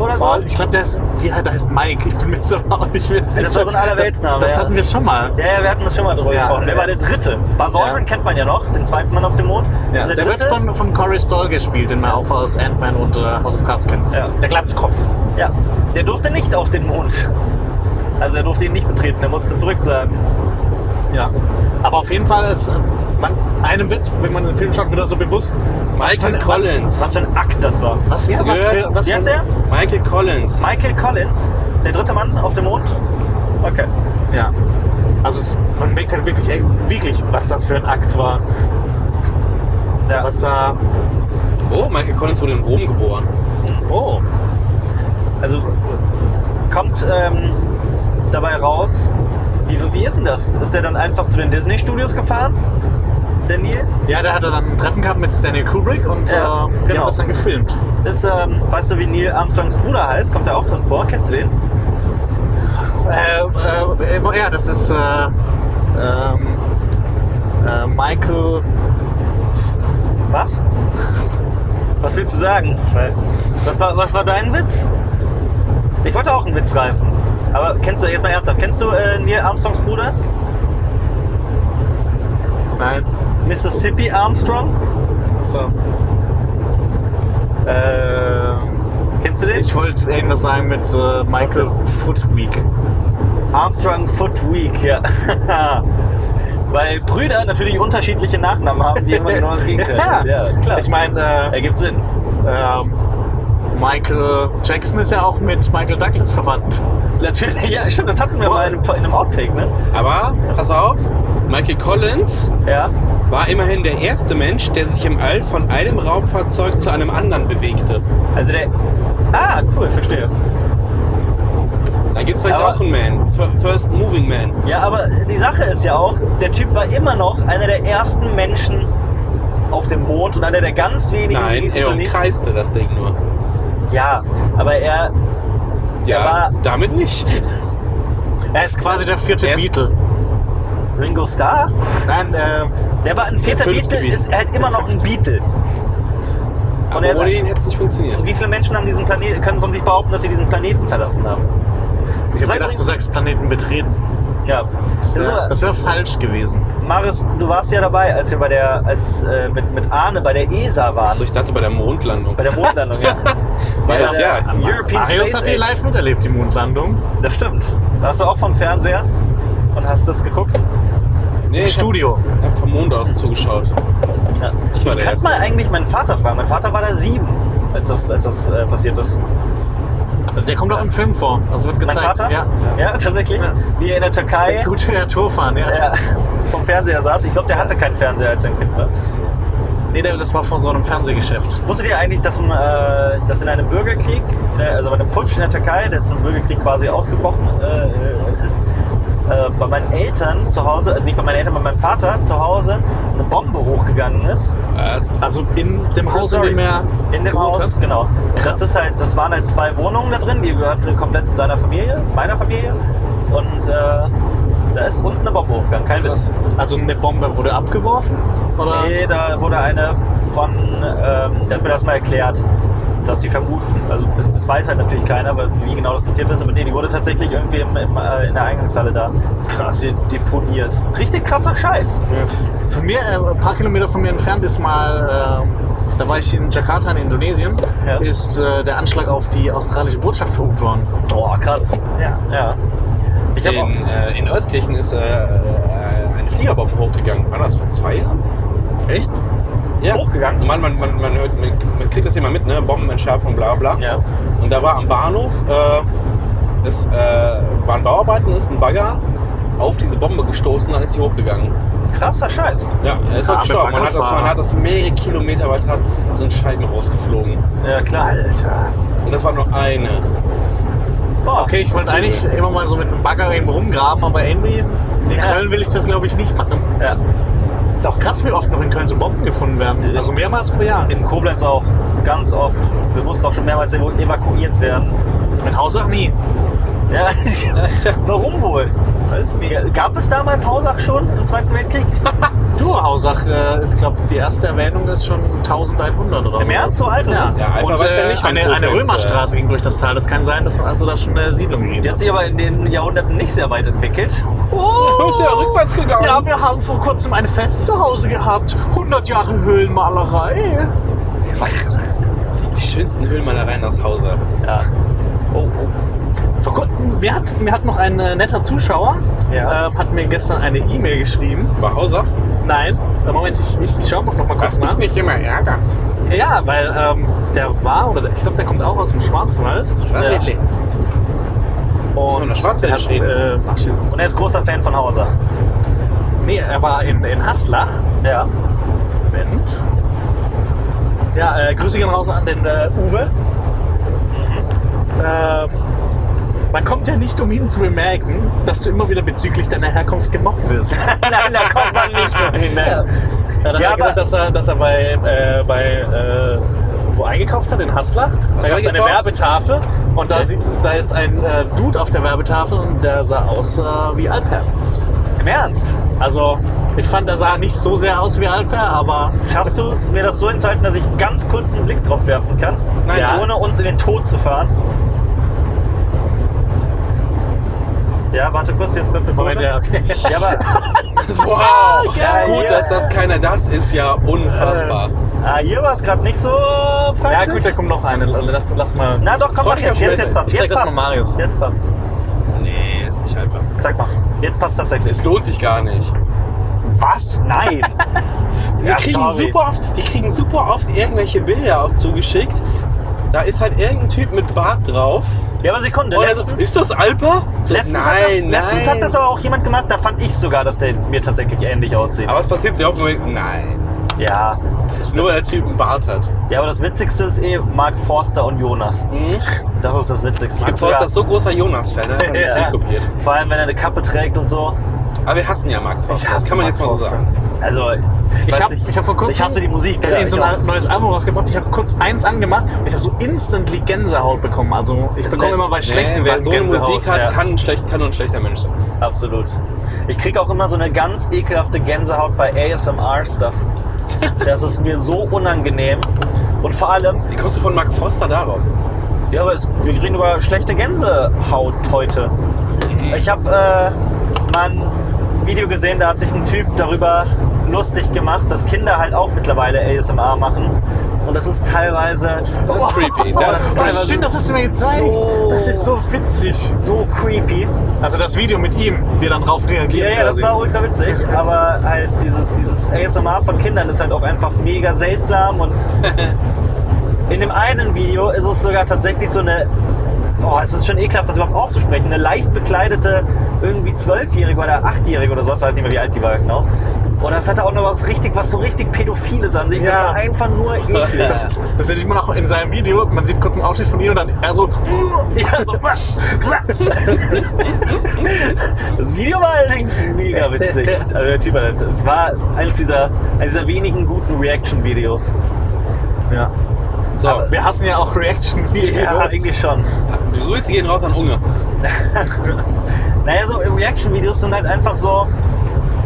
S1: Oder so?
S2: Boah, ich glaube, der, ist- die- der heißt Mike. Ich bin mir jetzt aber auch nicht mehr sicher.
S1: Das war so ein Allerweltsname,
S2: Das, das
S1: ja.
S2: hatten wir schon mal.
S1: Ja, ja, wir hatten das schon mal drüber
S2: Ja.
S1: gesprochen. Wer war der dritte? Buzz
S2: Ja.
S1: Aldrin kennt man ja noch, den zweiten Mann auf dem Mond.
S2: Ja,
S1: Und
S2: der wird von, von Corey Stoll gespielt, den man auch aus Ant-Man und äh, House of Cards kennt.
S1: Ja.
S2: Der Glatzkopf.
S1: Ja, der durfte nicht auf den Mond. Also er durfte ihn nicht betreten, er musste zurückbleiben.
S2: Ja. Aber auf jeden Fall ist äh, man, einem wird, wenn man den Film schaut, wieder so bewusst. was für
S3: Michael
S2: ein-
S3: Collins.
S1: Was für ein Akt das war.
S2: Was, was,
S3: Hast
S2: ja,
S3: du
S2: was für,
S3: gehört?
S2: was
S1: Wie heißt
S2: für,
S1: er?
S3: Michael Collins.
S1: Michael Collins, der dritte Mann auf dem Mond. Okay.
S2: Ja. Also es, man merkt halt wirklich, ey, wirklich, was das für ein Akt war.
S1: Ja.
S2: Was da.
S3: oh, Michael Collins wurde in Rom geboren.
S2: Oh.
S1: Also kommt ähm, dabei raus. Wie, wie ist denn das? Ist der dann einfach zu den Disney Studios gefahren? Der Neil?
S2: Ja, da hat er dann ein Treffen gehabt mit Stanley Kubrick und
S1: Ja,
S2: äh, die
S1: genau.
S2: haben das dann gefilmt.
S1: Ist, ähm, weißt du, wie Neil Armstrongs Bruder heißt? Kommt der auch drin vor? Kennst du den?
S2: Äh, äh, äh, ja, das ist äh, ähm, äh, Michael.
S1: Was? Was willst du sagen? Weil- Was war, was war dein Witz? Ich wollte auch einen Witz reißen. Aber kennst du, jetzt mal ernsthaft, kennst du äh, Neil Armstrongs Bruder?
S2: Nein.
S1: Mississippi Armstrong?
S2: So. Äh,
S1: Kennst du den?
S2: ich wollte irgendwas sagen mit äh, Michael Footweek.
S1: Armstrong Foot Week, ja. Weil Brüder natürlich unterschiedliche Nachnamen haben, die immer genau das Gegenteil sind. Ja, klar.
S2: Ich meine, äh,
S1: ergibt Sinn.
S2: ähm, Michael Jackson ist ja auch mit Michael Douglas verwandt.
S1: Natürlich, ja, stimmt, das hatten wir mal in, einem- in einem Outtake, ne?
S3: Aber, pass auf, Michael Collins
S1: Ja.
S3: war immerhin der erste Mensch, der sich im All von einem Raumfahrzeug zu einem anderen bewegte.
S1: Also der. Ah, cool, verstehe.
S3: Da gibt's vielleicht
S1: Aber-
S3: auch einen Man. F- First Moving Man.
S1: Ja, aber die Sache ist ja auch, der Typ war immer noch einer der ersten Menschen auf dem Mond und einer der ganz wenigen, die
S3: Nein,
S1: diesen
S3: er
S1: Planeten.
S3: umkreiste das Ding nur.
S1: Ja, aber er.
S3: Ja,
S1: Er war-
S3: damit nicht.
S2: Er ist quasi der vierte
S3: Er ist-
S2: Beatle.
S1: Ringo Starr?
S2: Nein, äh,
S1: Der war ein vierter
S3: fünfte
S1: Beatle,
S3: Beatle.
S1: ist halt immer noch ein Beatle.
S3: Aber
S1: er sagt-
S3: ohne ihn hätte es nicht funktioniert.
S1: Wie viele Menschen haben diesen Planeten, können von sich behaupten, dass sie diesen Planeten verlassen haben?
S2: ich habe gedacht, du sagst Planeten betreten.
S1: Ja. Das ist
S2: Ja,
S1: aber-
S2: das wäre falsch gewesen.
S1: Maris, du warst ja dabei, als wir bei der, als äh, mit, mit Arne bei der ESA waren.
S3: Achso, ich dachte bei der Mondlandung.
S1: Bei der Mondlandung, ja.
S3: Weil das
S1: der
S3: ja.
S1: European
S2: Marius
S1: Space
S2: hat die
S1: Agency.
S2: live miterlebt, die Mondlandung.
S1: Das stimmt. Warst du auch vom Fernseher und hast das geguckt?
S3: Nee, ich
S2: Studio.
S3: Hab, hab vom Mond aus zugeschaut.
S1: Ja.
S3: Ich
S1: Ich,
S3: war der
S1: könnte
S3: Erste.
S1: mal eigentlich meinen Vater fragen. Mein Vater war da sieben, als das, als das äh, passiert ist.
S2: Der kommt auch im Film vor. Also wird
S1: Mein
S2: gezeigt.
S1: Vater?
S2: Ja.
S1: ja tatsächlich. Wie er in der Türkei
S2: Der gute Herr Turfan, ja.
S1: äh, vom Fernseher saß. Ich glaube, der hatte keinen Fernseher, als er ein Kind war.
S2: Nee, der- das war von so einem Fernsehgeschäft.
S1: Wusstet ihr eigentlich, dass, im, äh, dass in einem Bürgerkrieg, äh, also bei einem Putsch in der Türkei, der zum Bürgerkrieg quasi ausgebrochen äh, ist, äh, bei meinen Eltern zu Hause, äh, nicht bei meinen Eltern, bei meinem Vater zu Hause, eine Bombe hochgegangen ist? Oh,
S3: Was?
S2: Also in dem Haus, in
S1: Sorry.
S2: dem er
S1: In dem
S2: gewohnt
S1: Haus,
S2: hat.
S1: genau. Das ist halt, das waren halt zwei Wohnungen da drin, die gehörten komplett seiner Familie, meiner Familie. Und äh, da ist unten eine Bombe hochgegangen, kein
S3: Krass.
S1: Witz.
S2: Also eine Bombe wurde abgeworfen? Oder?
S1: Nee, da wurde eine von, ähm, der hat mir das mal erklärt, dass die vermuten, also das, das weiß halt natürlich keiner, aber wie genau das passiert ist, aber nee, die wurde tatsächlich irgendwie im, im, äh, in der Eingangshalle da
S2: Krass.
S1: de- deponiert. Richtig krasser Scheiß.
S3: Ja.
S2: Von mir, äh, ein paar Kilometer von mir entfernt ist mal, äh, da war ich in Jakarta in Indonesien,
S1: Ja.
S2: ist äh, der Anschlag auf die australische Botschaft verübt worden.
S1: Boah, krass.
S2: Ja.
S1: Ja. Ich hab auch,
S3: In, äh, in Euskirchen ist äh, äh, eine Fliegerbombe hochgegangen. War das vor zwei Jahren?
S2: Echt?
S3: Ja.
S1: Hochgegangen?
S3: Man, man, man, man, hört, man, man kriegt das immer mit, ne? Bombenentschärfung, bla bla.
S1: Ja.
S3: Und da war am Bahnhof, äh, es äh, waren Bauarbeiten, ist ein Bagger auf diese Bombe gestoßen, dann ist sie hochgegangen.
S1: krasser Scheiß.
S3: Ja, er ist
S2: Arme
S3: auch gestorben. Man hat, das,
S2: Baggerfahrer.
S3: man hat das mehrere Kilometer weit hat, sind Scheiben rausgeflogen.
S1: Ja, klar.
S2: Alter.
S3: Und das war nur eine.
S1: Boah.
S2: Okay, ich wollte
S3: So.
S2: eigentlich immer mal so mit einem Bagger eben rumgraben, aber irgendwie in
S1: Ja.
S2: Köln will ich das glaube ich nicht machen.
S1: Ja.
S2: Ist auch krass, wie oft noch in Köln so Bomben gefunden werden. Also mehrmals pro Jahr.
S1: In Koblenz auch ganz oft. Wir mussten auch schon mehrmals evakuiert werden.
S2: In Hausach nie.
S1: Ja. Warum wohl?
S2: Weiß nicht.
S1: Gab es damals Hausach schon im Zweiten Weltkrieg?
S2: Du, Hausach äh, ist, glaube die erste Erwähnung ist schon 1100 oder
S1: Im
S2: so.
S1: Ernst, so alt ist
S2: Ja,
S1: es?
S3: Ja, einfach
S2: und
S3: weiß
S2: äh,
S3: ja nicht, wann
S2: eine, eine
S3: Koblenz, äh,
S2: Römerstraße ging durch das Tal. Das kann sein, dass also da schon eine Siedlung
S1: Die
S2: gegeben
S1: hat sich aber in den Jahrhunderten nicht sehr weit entwickelt.
S2: Oh,
S3: Ist ja rückwärts gegangen.
S2: Ja, wir haben vor kurzem ein Fest zu Hause gehabt. 100 Jahre Höhlenmalerei.
S1: Was?
S3: Die schönsten Höhlenmalereien aus Hauser.
S1: Ja. Oh, oh.
S2: Vor kurzem, mir, hat, mir hat noch ein äh, netter Zuschauer,
S1: Ja.
S2: ähm, hat mir gestern eine E-Mail geschrieben.
S3: Über Hausach?
S2: Nein, äh, Moment, ich, ich, ich schau noch mal kurz
S3: Lass
S2: nach.
S3: dich nicht immer ärgern.
S2: Ja, weil ähm, der war, oder der, ich glaube, der kommt auch aus dem Schwarzwald.
S3: Schwarzwäldle.
S2: Und
S3: Ist in der Schwarzwald
S2: hat,
S3: geschrieben.
S2: Äh, ach, schieß.
S1: Und er ist großer Fan von Hausach.
S2: nee, er war in, in Haslach.
S1: Ja.
S2: Moment. Ja, äh, Grüße gehen raus an den äh, Uwe. Ähm, man kommt ja nicht umhin zu bemerken, dass du immer wieder bezüglich deiner Herkunft gemobbt wirst.
S1: Nein, da kommt man nicht umhin.
S2: Ja. Ja, dann
S1: Ja,
S2: hat er
S1: aber-
S2: gesagt, dass er, dass er bei, äh, bei äh, wo eingekauft hat, in Haslach.
S3: Was
S2: da gab es eine
S3: eingekauft?
S2: Werbetafel und da, sie, da ist ein äh, Dude auf der Werbetafel und der sah aus äh, wie Alper.
S1: Im Ernst?
S2: Also ich fand, er sah nicht so sehr aus wie Alper, aber
S1: Schaffst du es, mir das so hinzuhalten, dass ich ganz kurz einen Blick drauf werfen kann?
S3: Nein.
S1: ja. Ohne uns in den Tod zu fahren. Ja, warte kurz, hier ist Pepe
S2: Moment, ja, okay.
S1: Ja, aber.
S3: Wow!
S1: Ah, geil.
S3: Gut, dass das keiner. Das ist ja unfassbar.
S1: Ah, hier war es gerade nicht so
S2: Ja
S1: praktisch.
S2: gut, da kommt noch eine. Lass, lass mal.
S1: Na doch, komm
S3: Freu
S1: mal
S3: dich
S1: jetzt. Jetzt,
S3: auf später.
S1: jetzt passt.
S2: Ich
S1: Jetzt
S2: zeig das
S1: passt.
S2: mal Marius.
S1: Jetzt passt.
S3: Nee, ist nicht haltbar.
S1: Sag mal. Jetzt passt tatsächlich.
S3: Es lohnt sich gar nicht.
S1: Was? Nein.
S3: Wir,
S1: Ja,
S3: kriegen
S1: sorry.
S3: super oft, wir kriegen super oft irgendwelche Bilder auch zugeschickt. Da ist halt irgendein Typ mit Bart drauf.
S1: Ja, aber Sekunde.
S3: Und er so,
S1: letztens
S3: ist Oh, das Alpa? So,
S1: letztens,
S3: nein,
S1: hat, das,
S3: nein.
S1: letztens hat das aber auch jemand gemacht. Da fand ich sogar, dass der mir tatsächlich ähnlich aussieht.
S3: aber es passiert sehr oft, wenn man denkt, nein.
S1: Ja.
S3: Nur weil der Typ einen Bart hat.
S1: Ja, aber das Witzigste ist eh Mark Forster und Jonas. Das ist das Witzigste. Es
S3: Mark
S1: gibt
S3: Forster
S1: sogar-
S3: ist so großer Jonas-Fan, der hat
S1: Ja.
S3: das Ziel kopiert.
S1: Vor allem, wenn er eine Kappe trägt und so.
S3: Aber wir hassen ja Mark Forster. Das
S2: hasse
S3: kann man
S2: Mark
S3: jetzt mal so
S2: Forster.
S3: sagen.
S1: Also,
S2: Ich
S1: weiß
S2: habe
S1: nicht.
S2: ich hab vor kurzem.
S1: Ich hasse die Musik.
S2: Der
S1: ja,
S2: hat eben so
S1: ich
S2: ein
S1: auch.
S2: neues Album rausgebracht. Ich habe kurz eins angemacht und ich habe so instantly Gänsehaut bekommen. Also ich bekomme
S1: Nee.
S2: immer bei schlechten
S3: Nee, wer
S2: Sachen
S3: so eine
S2: Gänsehaut.
S3: Musik hat,
S1: ja.
S3: kann, ein schlecht, kann nur ein schlechter Mensch sein.
S1: Absolut. Ich kriege auch immer so eine ganz ekelhafte Gänsehaut bei ASMR-Stuff. Das ist mir so unangenehm. Und vor allem,
S3: Wie kommst du von Mark Forster darauf?
S1: ja, aber es, wir reden über schlechte Gänsehaut heute. Ich habe äh, mal ein Video gesehen, da hat sich ein Typ darüber lustig gemacht, dass Kinder halt auch mittlerweile ASMR machen. Und das ist teilweise
S3: Das ist creepy.
S2: Oh,
S3: Das ist
S2: das
S3: teilweise-
S2: stimmt, das hast du mir gezeigt.
S1: So.
S2: Das ist so witzig.
S1: so creepy.
S2: Also das Video mit ihm, wie er dann drauf reagiert.
S1: Ja, ja, das
S2: quasi.
S1: war ultra witzig, aber halt dieses, dieses ASMR von Kindern ist halt auch einfach mega seltsam und in dem einen Video ist es sogar tatsächlich so eine, oh, es ist schon ekelhaft, das überhaupt auszusprechen, eine leicht bekleidete irgendwie Zwölfjährige oder Achtjährige oder sowas, weiß nicht mehr, wie alt die war genau. Und das hatte auch noch was richtig, was so richtig Pädophiles an sich. Das
S2: Ja.
S1: war einfach nur eklig.
S2: Das, das, das sieht man auch in seinem Video. Man sieht kurz einen Ausschnitt von ihm und dann er so.
S1: Ja, so. Das Video war allerdings mega witzig. Also der Typ hat es war eines dieser, eines dieser wenigen guten Reaction-Videos. Ja.
S3: So,
S2: Wir hassen ja auch Reaction-Videos.
S1: Ja, irgendwie schon.
S3: Grüße gehen raus an Unge.
S1: Naja, so Reaction-Videos sind halt einfach so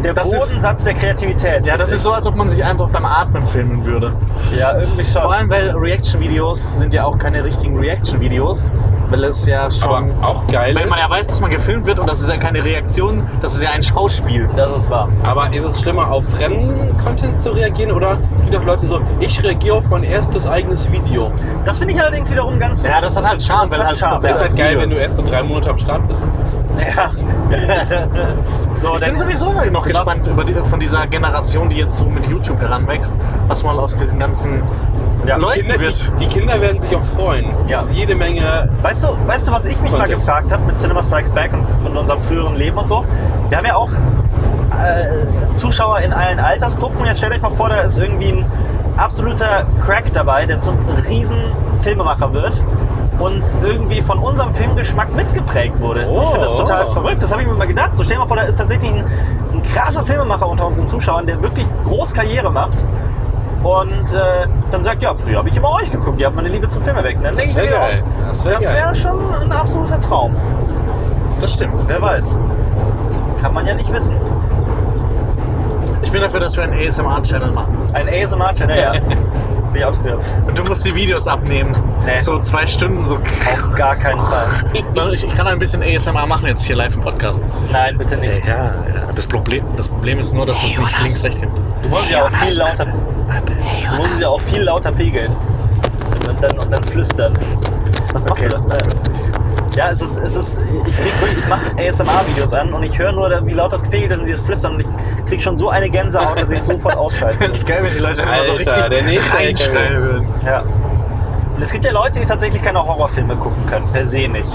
S1: der
S2: Das ist-
S1: Bodensatz der Kreativität.
S2: ja, das ist so, als ob man sich einfach beim Atmen filmen würde.
S1: Ja, irgendwie schon.
S2: Vor allem, weil Reaction-Videos sind ja auch keine richtigen Reaction-Videos, weil es ja
S3: Aber
S2: schon.
S3: auch geil
S2: weil man ja
S3: ist,
S2: weiß, dass man gefilmt wird und das ist ja keine Reaktion, das ist ja ein Schauspiel.
S1: das ist wahr.
S3: aber ist es schlimmer, auf fremden Content zu reagieren? Oder es gibt auch Leute so, ich reagiere auf mein erstes eigenes Video.
S1: Das finde ich allerdings wiederum ganz.
S2: Ja, das hat halt Charme,
S1: Das
S2: weil
S1: hat
S2: halt
S1: Charme.
S2: das
S3: Das ist halt
S2: erste
S3: geil,
S2: Video
S3: wenn du erst so drei Monate am Start bist.
S1: Ja. so,
S2: Ich bin sowieso noch gespannt über die, von dieser Generation, die jetzt so mit YouTube heranwächst, was mal aus diesen ganzen
S1: Ja,
S2: Leuten
S3: Kinder,
S2: wird.
S3: die, die Kinder werden sich auch freuen.
S1: Ja.
S3: Jede Menge.
S1: Weißt du, weißt du, was ich mich mal
S3: Content.
S1: gefragt habe mit Cinema Strikes Back und von unserem früheren Leben und so? Wir haben ja auch äh, Zuschauer in allen Altersgruppen. Jetzt stellt euch mal vor, da ist irgendwie ein absoluter Crack dabei, der zum riesen Filmemacher wird und irgendwie von unserem Filmgeschmack mitgeprägt wurde. ich finde das
S3: Oh.
S1: total verrückt. Das habe ich mir mal gedacht. So stell dir mal vor, da ist tatsächlich ein, ein krasser Filmemacher unter unseren Zuschauern, der wirklich groß Karriere macht. Und äh, dann sagt, ja, früher habe ich immer euch geguckt, ihr habt meine Liebe zum Film erweckt. Und Dann
S3: Das
S1: denke ich
S3: wär
S1: mir, ja,
S3: geil. Das wär
S1: das
S3: geil.
S1: wäre schon ein absoluter Traum.
S2: Das stimmt.
S1: Wer weiß. Kann man ja nicht wissen.
S2: Ich bin dafür, dass wir einen ASMR-Channel machen.
S1: Ein ASMR-Channel, ja. Bin ich auch dafür.
S2: Und du musst die Videos abnehmen.
S1: Nee.
S2: So zwei Stunden, so.
S1: Auf gar keinen Fall.
S2: Warte, Ich, ich kann ein bisschen ASMR machen jetzt hier live im Podcast.
S1: Nein, bitte nicht.
S2: Ja, ja. Das Problem, das Problem ist nur, dass es nicht links-rechts gibt.
S1: Du musst ja auch viel lauter, du musst ja auch viel lauter pegeln. Und dann, und dann flüstern. Was machst du da? Äh, Ja, es ist, es ist, ich, krieg, wirklich- ich mache ASMR-Videos an und ich höre nur, wie laut das gepegelt ist und dieses Flüstern und ich krieg schon so eine Gänsehaut, dass ich sofort ausschalte.
S2: Das ist geil, wenn die Leute immer so
S3: Alter,
S2: richtig
S3: der nächste
S2: reinschreien
S3: LKW.
S2: würden.
S1: Ja. Und es gibt ja Leute, die tatsächlich keine Horrorfilme gucken können, per se nicht.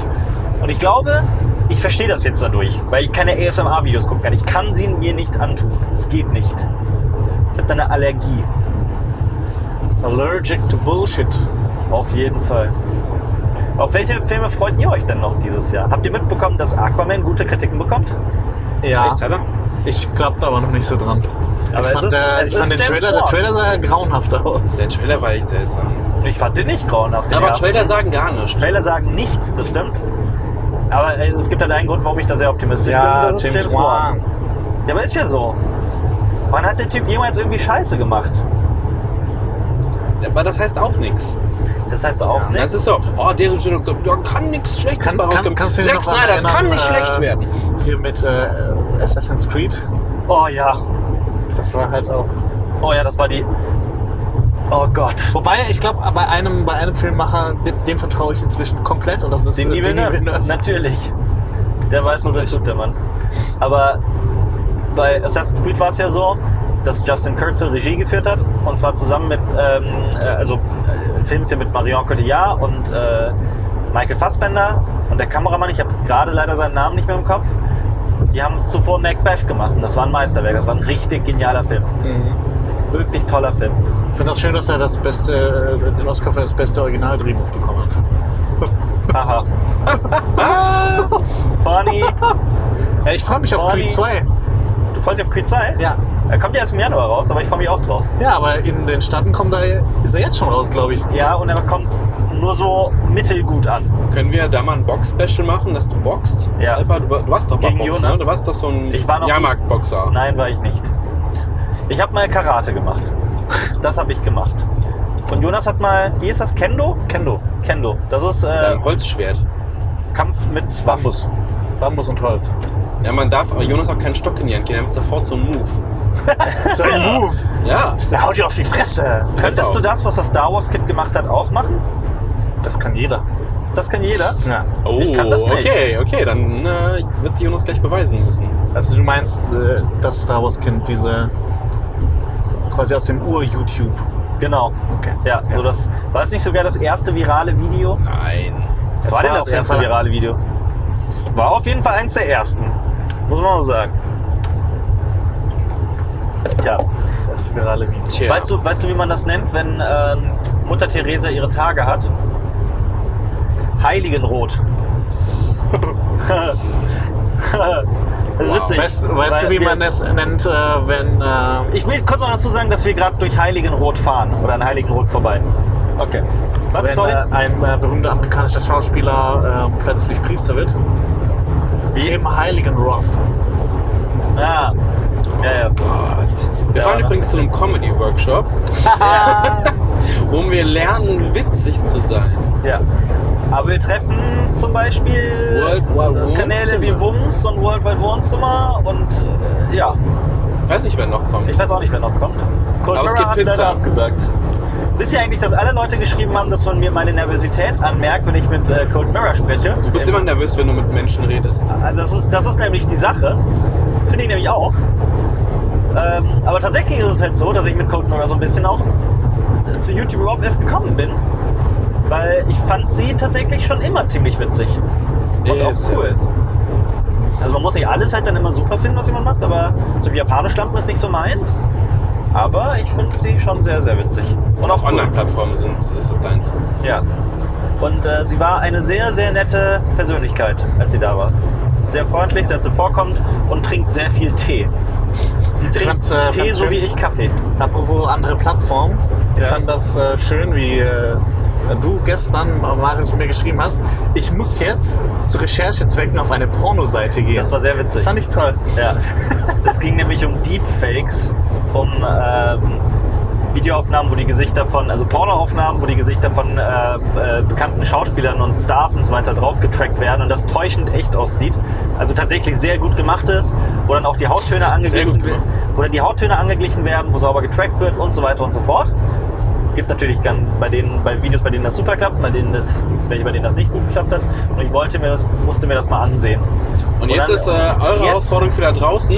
S1: Und ich glaube, ich verstehe das jetzt dadurch, weil ich keine ASMR-Videos gucken kann. Ich kann sie mir nicht antun. Es geht nicht. Ich habe da eine Allergie.
S2: Allergic to Bullshit.
S1: Auf jeden Fall. Auf welche Filme freut ihr euch denn noch dieses Jahr? Habt ihr mitbekommen, dass Aquaman gute Kritiken bekommt?
S2: Ja.
S3: Echt, hat er?
S2: Ich glaub da aber noch nicht so dran.
S1: Aber
S2: ich
S1: es
S2: fand,
S1: ist-
S2: der,
S1: es
S2: ich
S1: ist
S2: fand den
S1: James
S2: Trailer, der
S1: Wan.
S2: Trailer sah ja grauenhaft aus.
S3: Der Trailer war echt seltsam.
S1: Ich fand den nicht grauenhaft. den
S3: Aber
S1: ersten.
S3: Trailer sagen gar nichts.
S1: Trailer sagen nichts, das stimmt. Aber äh, es gibt halt einen Grund, warum ich da sehr optimistisch bin. Das ist Ja, aber ist ja so. Wann hat der Typ jemals irgendwie Scheiße gemacht?
S3: Aber das heißt auch nichts.
S1: Das heißt auch nicht.
S3: Das ist so, oh, der da kann nichts Schlechtes
S2: Kann,
S3: bei
S2: kann,
S3: rauskommen.
S2: kannst du dich
S3: Zack
S2: noch dran
S3: Snyder, das
S2: erinnern,
S3: kann nicht
S2: äh,
S3: schlecht werden.
S2: Hier mit äh, Assassin's Creed.
S1: Oh ja.
S2: Das war halt auch.
S1: Oh ja, das war die. Oh Gott.
S2: Wobei, ich glaube, bei einem, bei einem Filmmacher, dem, dem vertraue ich inzwischen komplett und das ist
S1: Den
S2: äh,
S1: Villeneuve.
S2: Denis Villeneuve.
S1: Natürlich. Der weiß, was er tut, der Mann. Aber bei Assassin's Creed war es ja so, dass Justin Kurzel Regie geführt hat. Und zwar zusammen mit, ähm, äh, also äh, Films hier mit Marion Cotillard und äh, Michael Fassbender und der Kameramann. Ich habe gerade leider seinen Namen nicht mehr im Kopf. Die haben zuvor Macbeth gemacht und das war ein Meisterwerk. Das war ein richtig genialer Film.
S2: Mhm.
S1: Wirklich toller Film.
S2: Ich finde auch schön, dass er das beste, äh, den Oscar für das beste Originaldrehbuch bekommen hat.
S1: Haha. Funny.
S2: Ey, ich freue mich auf
S1: Bonnie.
S2: Creed 2.
S1: Du freust dich auf Creed 2?
S2: Ja.
S1: Er kommt ja erst im Januar raus, aber ich freue mich auch drauf.
S2: Ja, aber in den Staaten kommt er, ist er jetzt schon raus, glaube ich.
S1: Ja, und er kommt nur so mittelgut an.
S3: Können wir da mal ein Box-Special machen, dass du boxt?
S1: Ja.
S3: Alper, du, du warst doch mal
S1: Gegen Jonas?
S3: Boxer, ne? Du warst doch so ein
S1: Ich war noch nie-
S3: Jahrmarktboxer.
S1: Nein, war ich nicht. Ich habe mal Karate gemacht. Das habe ich gemacht. Und Jonas hat mal, wie ist das, Kendo?
S2: Kendo.
S1: Kendo. Das ist äh,
S3: Ein Holzschwert.
S1: Kampf mit Waffen.
S2: Bambus. Bambus und Holz.
S3: Ja, man darf aber Jonas auch keinen Stock in die Hand geben, er macht sofort so einen Move.
S2: So ein Move.
S3: Ja,
S2: Der haut dir auf die Fresse.
S1: Könntest
S3: auch.
S1: du das, was das Star Wars Kid gemacht hat, auch machen?
S2: Das kann jeder.
S1: Das kann jeder.
S2: Ja.
S3: Oh,
S1: Ich kann das nicht.
S3: okay, okay, dann äh, wird sich Jonas gleich beweisen müssen.
S2: Also du meinst, äh, das Star Wars Kind, diese quasi aus dem Ur-YouTube.
S1: Genau.
S2: Okay.
S1: Ja, so das. War es nicht sogar das erste virale Video?
S3: Nein.
S1: Was
S2: Es
S1: war denn
S2: war
S1: das
S2: auf jeden
S1: erste
S2: Fall-
S1: virale Video? War auf jeden Fall eins der ersten. Muss man auch sagen. Tja.
S2: Das erste virale Video.
S3: Tja.
S1: Weißt, du, weißt du, wie man das nennt, wenn ähm, Mutter Teresa ihre Tage hat? Heiligenrot. das ist witzig.
S2: Weißt, weißt du,
S1: weil
S2: wie
S1: wir-
S2: man das nennt, äh, wenn... Äh,
S1: Ich will kurz noch dazu sagen, dass wir gerade durch Heiligenrot fahren oder an Heiligenrot vorbei. Okay. Was
S2: wenn
S1: sorry?
S2: äh, ein äh, berühmter amerikanischer Schauspieler äh, plötzlich Priester wird.
S1: Wie?
S2: Tim Heiligenroth.
S1: Ah. Ja, ja.
S3: Gott. Wir
S1: Ja,
S3: fahren
S1: ne?
S3: übrigens zu einem Comedy-Workshop, wo wir lernen, witzig zu sein.
S1: ja. Aber wir treffen zum Beispiel
S3: World Wide
S1: Kanäle wie
S3: Wohnzimmer.
S1: Wums und World Wide Wohnzimmer und äh, ja,
S3: Ich weiß nicht, wer noch kommt.
S1: Ich weiß auch nicht, wer noch kommt. Cold
S3: Aber es
S1: Mirror
S3: gibt
S1: hat
S3: Pizza.
S1: leider abgesagt. Wisst ihr eigentlich, dass alle Leute geschrieben haben, dass man mir meine Nervosität anmerkt, wenn ich mit äh, Cold Mirror spreche? Ah,
S3: Du bist immer nervös, wenn du mit Menschen redest.
S1: Das ist, das ist nämlich die Sache. Finde ich nämlich auch. Ähm, aber tatsächlich ist es halt so, dass ich mit Cold Mirror so ein bisschen auch zu YouTube überhaupt erst gekommen bin. Weil ich fand sie tatsächlich schon immer ziemlich witzig. Und auch
S3: Ist ja
S1: cool.
S3: witzig.
S1: Also man muss nicht alles halt dann immer super finden, was jemand macht, aber so wie japanisch Lampen ist nicht so meins. Aber ich finde sie schon sehr, sehr witzig. Und auch
S3: Auf
S1: cool.
S3: Online-Plattformen sind, ist es deins.
S1: Ja. Und äh, sie war eine sehr, sehr nette Persönlichkeit, als sie da war. Sehr freundlich, sehr zuvorkommend und trinkt sehr viel Tee. Sie trinkt
S2: fand's, äh,
S1: Tee
S2: fand's
S1: so
S2: schön.
S1: wie ich Kaffee.
S2: Apropos andere Plattform. Ich
S1: Ja.
S2: fand das äh, schön, wie äh, du gestern, Marius, mir geschrieben hast, ich muss jetzt zu Recherchezwecken auf eine Pornoseite gehen.
S1: Das war sehr witzig.
S2: Das fand ich toll.
S1: Ja. Es ging nämlich um Deepfakes, um ähm, Videoaufnahmen, wo die Gesichter von, also Pornoaufnahmen, wo die Gesichter von äh, äh, bekannten Schauspielern und Stars und so weiter drauf getrackt werden und das täuschend echt aussieht. Also tatsächlich sehr gut gemacht ist, wo dann auch die Hauttöne angeglichen
S3: gut
S1: werden,
S3: gemacht.
S1: wo dann die Hauttöne angeglichen werden, wo sauber getrackt wird und so weiter und so fort. Gibt natürlich ganz bei denen, bei Videos, bei denen das super klappt, bei denen das, welche, bei denen das nicht gut geklappt hat. Und ich wollte mir das, musste mir das mal ansehen.
S3: Und jetzt
S1: dann-
S3: ist äh, eure
S1: jetzt-
S3: Herausforderung für da draußen,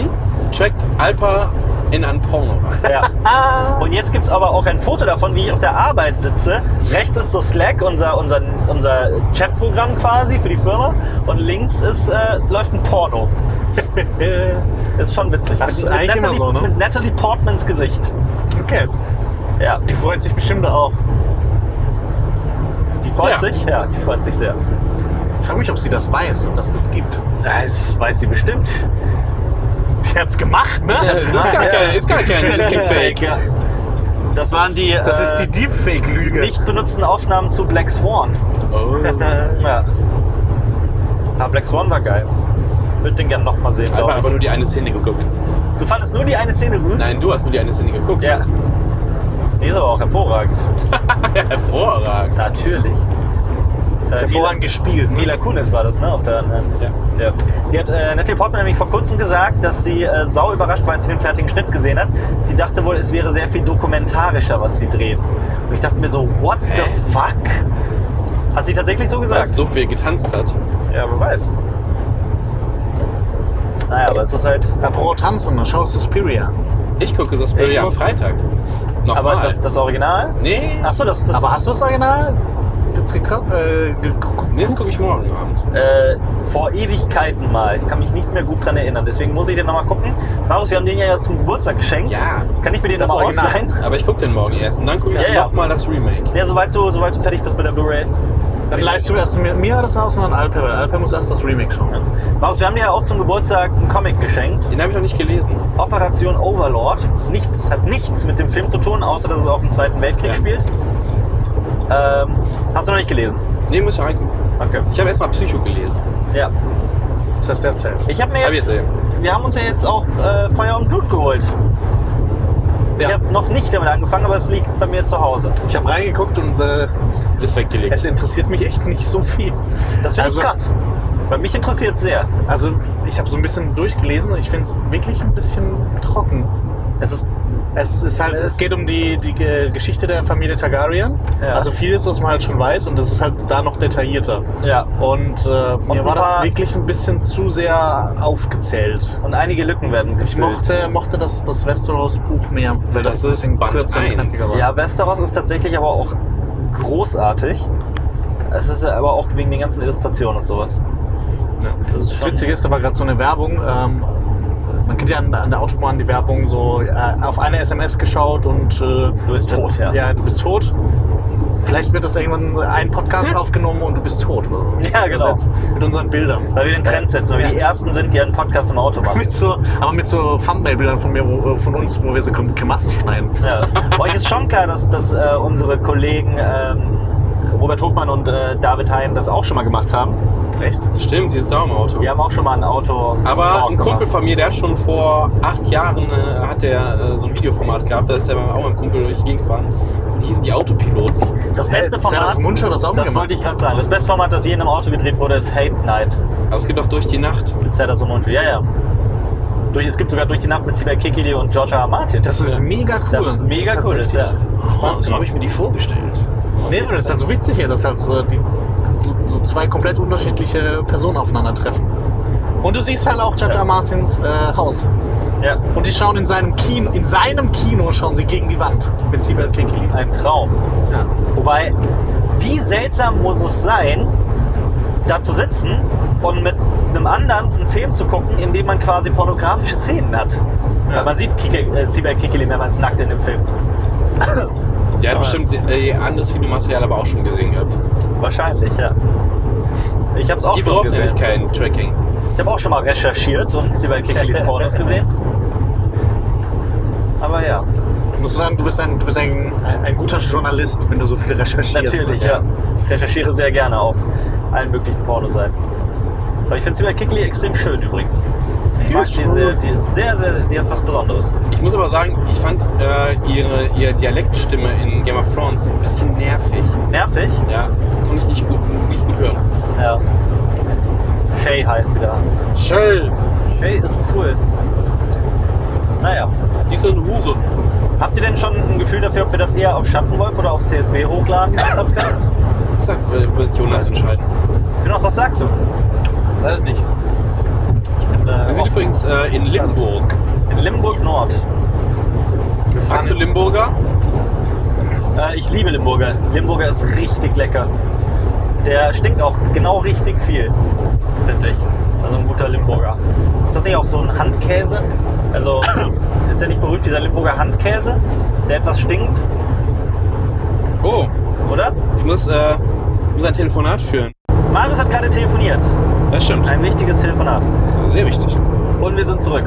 S3: trackt Alpa in ein Porno rein.
S1: Ja. Und jetzt gibt's aber auch ein Foto davon, wie ich auf der Arbeit sitze. Rechts ist so Slack, unser, unser, unser Chatprogramm quasi für die Firma. Und links ist, äh, läuft ein Porno. ist schon witzig.
S2: Das ist
S1: Mit- mit
S2: eigentlich immer
S1: Natalie,
S2: so, ne?
S1: Mit Natalie Portmans Gesicht.
S2: Okay.
S1: Ja,
S2: Die freut sich bestimmt auch.
S1: die freut
S3: Ja.
S1: sich. Ja, die freut sich sehr.
S2: Ich frage mich, ob sie das weiß, dass das gibt.
S1: Ja, Das weiß sie bestimmt.
S2: Sie hat's gemacht, ne?
S3: Das ist gar kein, ist gar kein, ist kein Fake.
S1: ja. Das waren die,
S2: Das ist
S1: äh,
S2: die Deepfake-Lüge.
S1: nicht benutzten Aufnahmen zu Black Swan.
S3: Oh.
S1: Ja. Aber Black Swan war geil. Würde den gerne nochmal sehen,
S3: Alpa
S1: glaube
S3: hat
S1: ich.
S3: aber nur die eine Szene geguckt.
S1: Du fandest nur die eine Szene gut?
S3: Nein, du hast nur die eine Szene geguckt.
S1: Ja. Die ist aber auch hervorragend.
S3: Hervorragend.
S1: Natürlich.
S2: Ist
S1: Äh,
S2: hervorragend gespielt. Ne?
S1: Mila Kunis war das, ne? Auf der anderen.
S3: Ja.
S1: Ja. Die hat äh, Natalie Portman nämlich vor kurzem gesagt, dass sie äh, sau überrascht war, als sie den fertigen Schnitt gesehen hat. Sie dachte wohl, es wäre sehr viel dokumentarischer, was sie dreht. Und ich dachte mir so, what
S3: Hä?
S1: the fuck? Hat sie tatsächlich so
S3: Weil
S1: gesagt?
S3: es so viel getanzt hat.
S1: Ja, wer weiß. Naja, aber es ist halt.
S2: Apropos tanzen, dann schau Suspiria.
S3: Ich gucke
S1: Ich
S3: Suspiria am
S1: muss-
S3: Freitag. Nochmal.
S1: Aber das, das Original?
S3: nee,
S1: Achso, das, das.
S2: Aber hast du das Original jetzt gekauft? Äh, geguckt?
S3: nee, das gucke ich morgen Abend.
S1: äh, vor Ewigkeiten mal. Ich kann mich nicht mehr gut dran erinnern. Deswegen muss ich den nochmal gucken. Marius, wir haben den ja erst zum Geburtstag geschenkt.
S3: Ja.
S1: Kann ich mir den
S2: Das
S1: nochmal
S2: Original.
S1: ausleihen?
S3: Aber ich gucke den morgen erst. Und dann gucke ich
S1: Ja, ja.
S3: nochmal das Remake.
S1: Ja, sobald du, sobald du fertig bist mit der Blu-ray.
S2: Dann leist du erst mir, mir das aus und dann Alper, weil Alper muss erst das Remake schauen.
S1: Marius, wir haben dir ja auch zum Geburtstag einen Comic geschenkt.
S3: Den habe ich noch nicht gelesen.
S1: Operation Overlord. Nichts, hat nichts mit dem Film zu tun, außer dass es auch im Zweiten Weltkrieg
S3: Ja.
S1: spielt. Ähm, hast du noch nicht gelesen?
S3: Nee, muss ich reingucken.
S1: Okay.
S3: Ich habe erstmal Psycho gelesen.
S1: Ja.
S2: Das heißt derzeit.
S1: Ich habe mir
S3: Hab
S1: jetzt,
S3: ich gesehen.
S1: wir haben uns ja jetzt auch äh, Feuer und Blut geholt. Ich
S2: Ja.
S1: habe noch nicht damit angefangen, aber es liegt bei mir zu Hause.
S2: Ich habe reingeguckt und äh,
S3: Ist weggelegt.
S2: es interessiert mich echt nicht so viel.
S1: Das finde
S2: Also-
S1: ich krass. Weil mich interessiert sehr.
S2: Also ich habe so ein bisschen durchgelesen und ich finde es wirklich ein bisschen trocken.
S1: Es ist
S2: Es ist halt, es,
S1: Es-
S2: geht um die, die äh, Geschichte der Familie Targaryen.
S1: Ja.
S2: Also vieles, was man halt schon weiß und das ist halt da noch detaillierter.
S1: ja
S2: Und äh, mir
S1: ein
S2: war das
S1: paar-
S2: wirklich ein bisschen zu sehr aufgezählt.
S1: und einige Lücken werden gefüllt.
S2: Ich mochte, mochte das, das Westeros-Buch mehr, weil das,
S3: Das
S2: ein
S3: ist
S2: bisschen
S3: Band
S2: kürzer und
S3: 1.
S2: knackiger war.
S1: Ja, Westeros ist tatsächlich aber auch großartig. Es ist aber auch wegen den ganzen Illustrationen und sowas.
S2: Ja. Das,
S1: schon-
S2: Witzige ist, da war gerade so eine Werbung. Ähm, man kennt ja an, an der Autobahn die Werbung so äh, auf eine SMS geschaut und äh, du
S1: bist tot, ja.
S2: Ja, du bist tot. Vielleicht wird das irgendwann ein Podcast aufgenommen und du bist tot. Oder so.
S1: Hm? Ja,
S2: Das
S1: genau.
S2: ersetzt Mit unseren Bildern.
S1: Weil wir den Trend setzen, weil wir
S2: Ja.
S1: die Ersten sind, die einen Podcast im Auto machen.
S2: Mit so, aber mit so Thumbnail-Bildern von mir, wo, äh, von uns, wo wir so Grim- Grimassen schneiden.
S1: Ja. Euch ist schon klar, dass, dass äh, unsere Kollegen ähm, Robert Hofmann und äh, David Hein das auch schon mal gemacht haben.
S2: Echt?
S3: Stimmt, die sitzt auch im Auto.
S1: Die haben auch schon mal ein Auto.
S3: Aber
S1: Talk
S3: ein Kumpel
S1: gemacht.
S3: von mir, der hat schon vor acht Jahren äh, hat der, äh, so ein Videoformat gehabt, da ist er auch mit einem Kumpel durch die Gegend gefahren. Die hießen die Autopiloten.
S1: Das beste
S2: Äh, Sarah
S1: Format.
S2: Munsch hat das auch
S1: Das
S2: gemacht.
S1: wollte ich gerade sagen. Das beste Format, das je in einem Auto gedreht wurde, ist Hate Night
S3: Aber es gibt auch durch die Nacht.
S1: mit Sarah Somunju. Ja, ja. Durch, es gibt sogar durch die Nacht mit Sibel Kikili und Georgia R. Martin.
S2: Das ist mega cool.
S1: Das ist mega
S2: hat
S1: cool,
S2: richtig
S1: das ist
S2: Spaß gemacht.
S3: ich mir die vorgestellt?
S2: Nee, weil das ist halt so witzig, ist, dass halt so, die, so, so zwei komplett unterschiedliche Personen aufeinandertreffen. Und du siehst halt auch Judge
S1: Ja.
S2: ja. Martins äh, Haus.
S1: ja.
S2: Und die schauen in seinem Kino, in seinem Kino schauen sie gegen die Wand. Mit Sieber
S1: Das ist ein Traum.
S2: Ja.
S1: Wobei, wie seltsam muss es sein, da zu sitzen und mit einem anderen einen Film zu gucken, in dem man quasi pornografische Szenen hat. Weil Man sieht Kike, äh, Sibel Kikili mehrmals nackt in dem Film.
S3: Der hat
S1: Aber-
S3: bestimmt äh, anderes Videomaterial aber auch schon gesehen gehabt.
S1: Wahrscheinlich, ja. Ich habe es auch
S3: Die
S1: schon
S3: brauchen
S1: gesehen.
S3: nämlich kein Tracking.
S1: Ich habe auch schon mal recherchiert und Sibel Kikilis Pornos gesehen. Aber ja.
S2: Musst du sagen, du bist, ein, du bist ein, ein, ein guter Journalist, wenn du so viel recherchierst.
S1: Natürlich, ja. Ich recherchiere sehr gerne auf allen möglichen Pornoseiten. Aber ich finde Silvia Kickley extrem schön übrigens. Ich
S2: Die
S1: mag
S2: ist
S1: die
S2: schön.
S1: sehr, die ist sehr, sehr, die hat was Besonderes.
S3: Ich muss aber sagen, ich fand äh, ihre, ihre Dialektstimme in Game of Thrones ein bisschen nervig.
S1: Nervig?
S3: Ja, konnte ich nicht gut, nicht gut hören.
S1: Ja. Shay heißt sie da.
S2: Schön.
S1: Shay ist cool. Naja.
S3: Die ist so eine Hure.
S1: Habt ihr denn schon ein Gefühl dafür, ob wir das eher auf Schattenwolf oder auf CSB hochladen, diesen Podcast?
S3: Das wird wird Jonas entscheiden.
S1: Genau, was sagst du?
S2: Weiß ich nicht.
S1: Ich bin äh,
S3: Wir sind
S1: auf-
S3: übrigens äh, in Limburg.
S1: in Limburg Nord.
S3: Magst du Limburger?
S1: Äh, ich liebe Limburger. Limburger ist richtig lecker. Der stinkt auch genau richtig viel, finde ich. Also ein guter Limburger. Ist das nicht auch so ein Handkäse? Also ist ja nicht berühmt dieser Limburger Handkäse, der etwas stinkt,
S3: Oh,
S1: oder?
S3: ich muss, äh, muss ein Telefonat führen.
S1: Marius hat gerade telefoniert.
S3: Das stimmt.
S1: Ein wichtiges Telefonat.
S3: Sehr wichtig.
S1: Und wir sind zurück.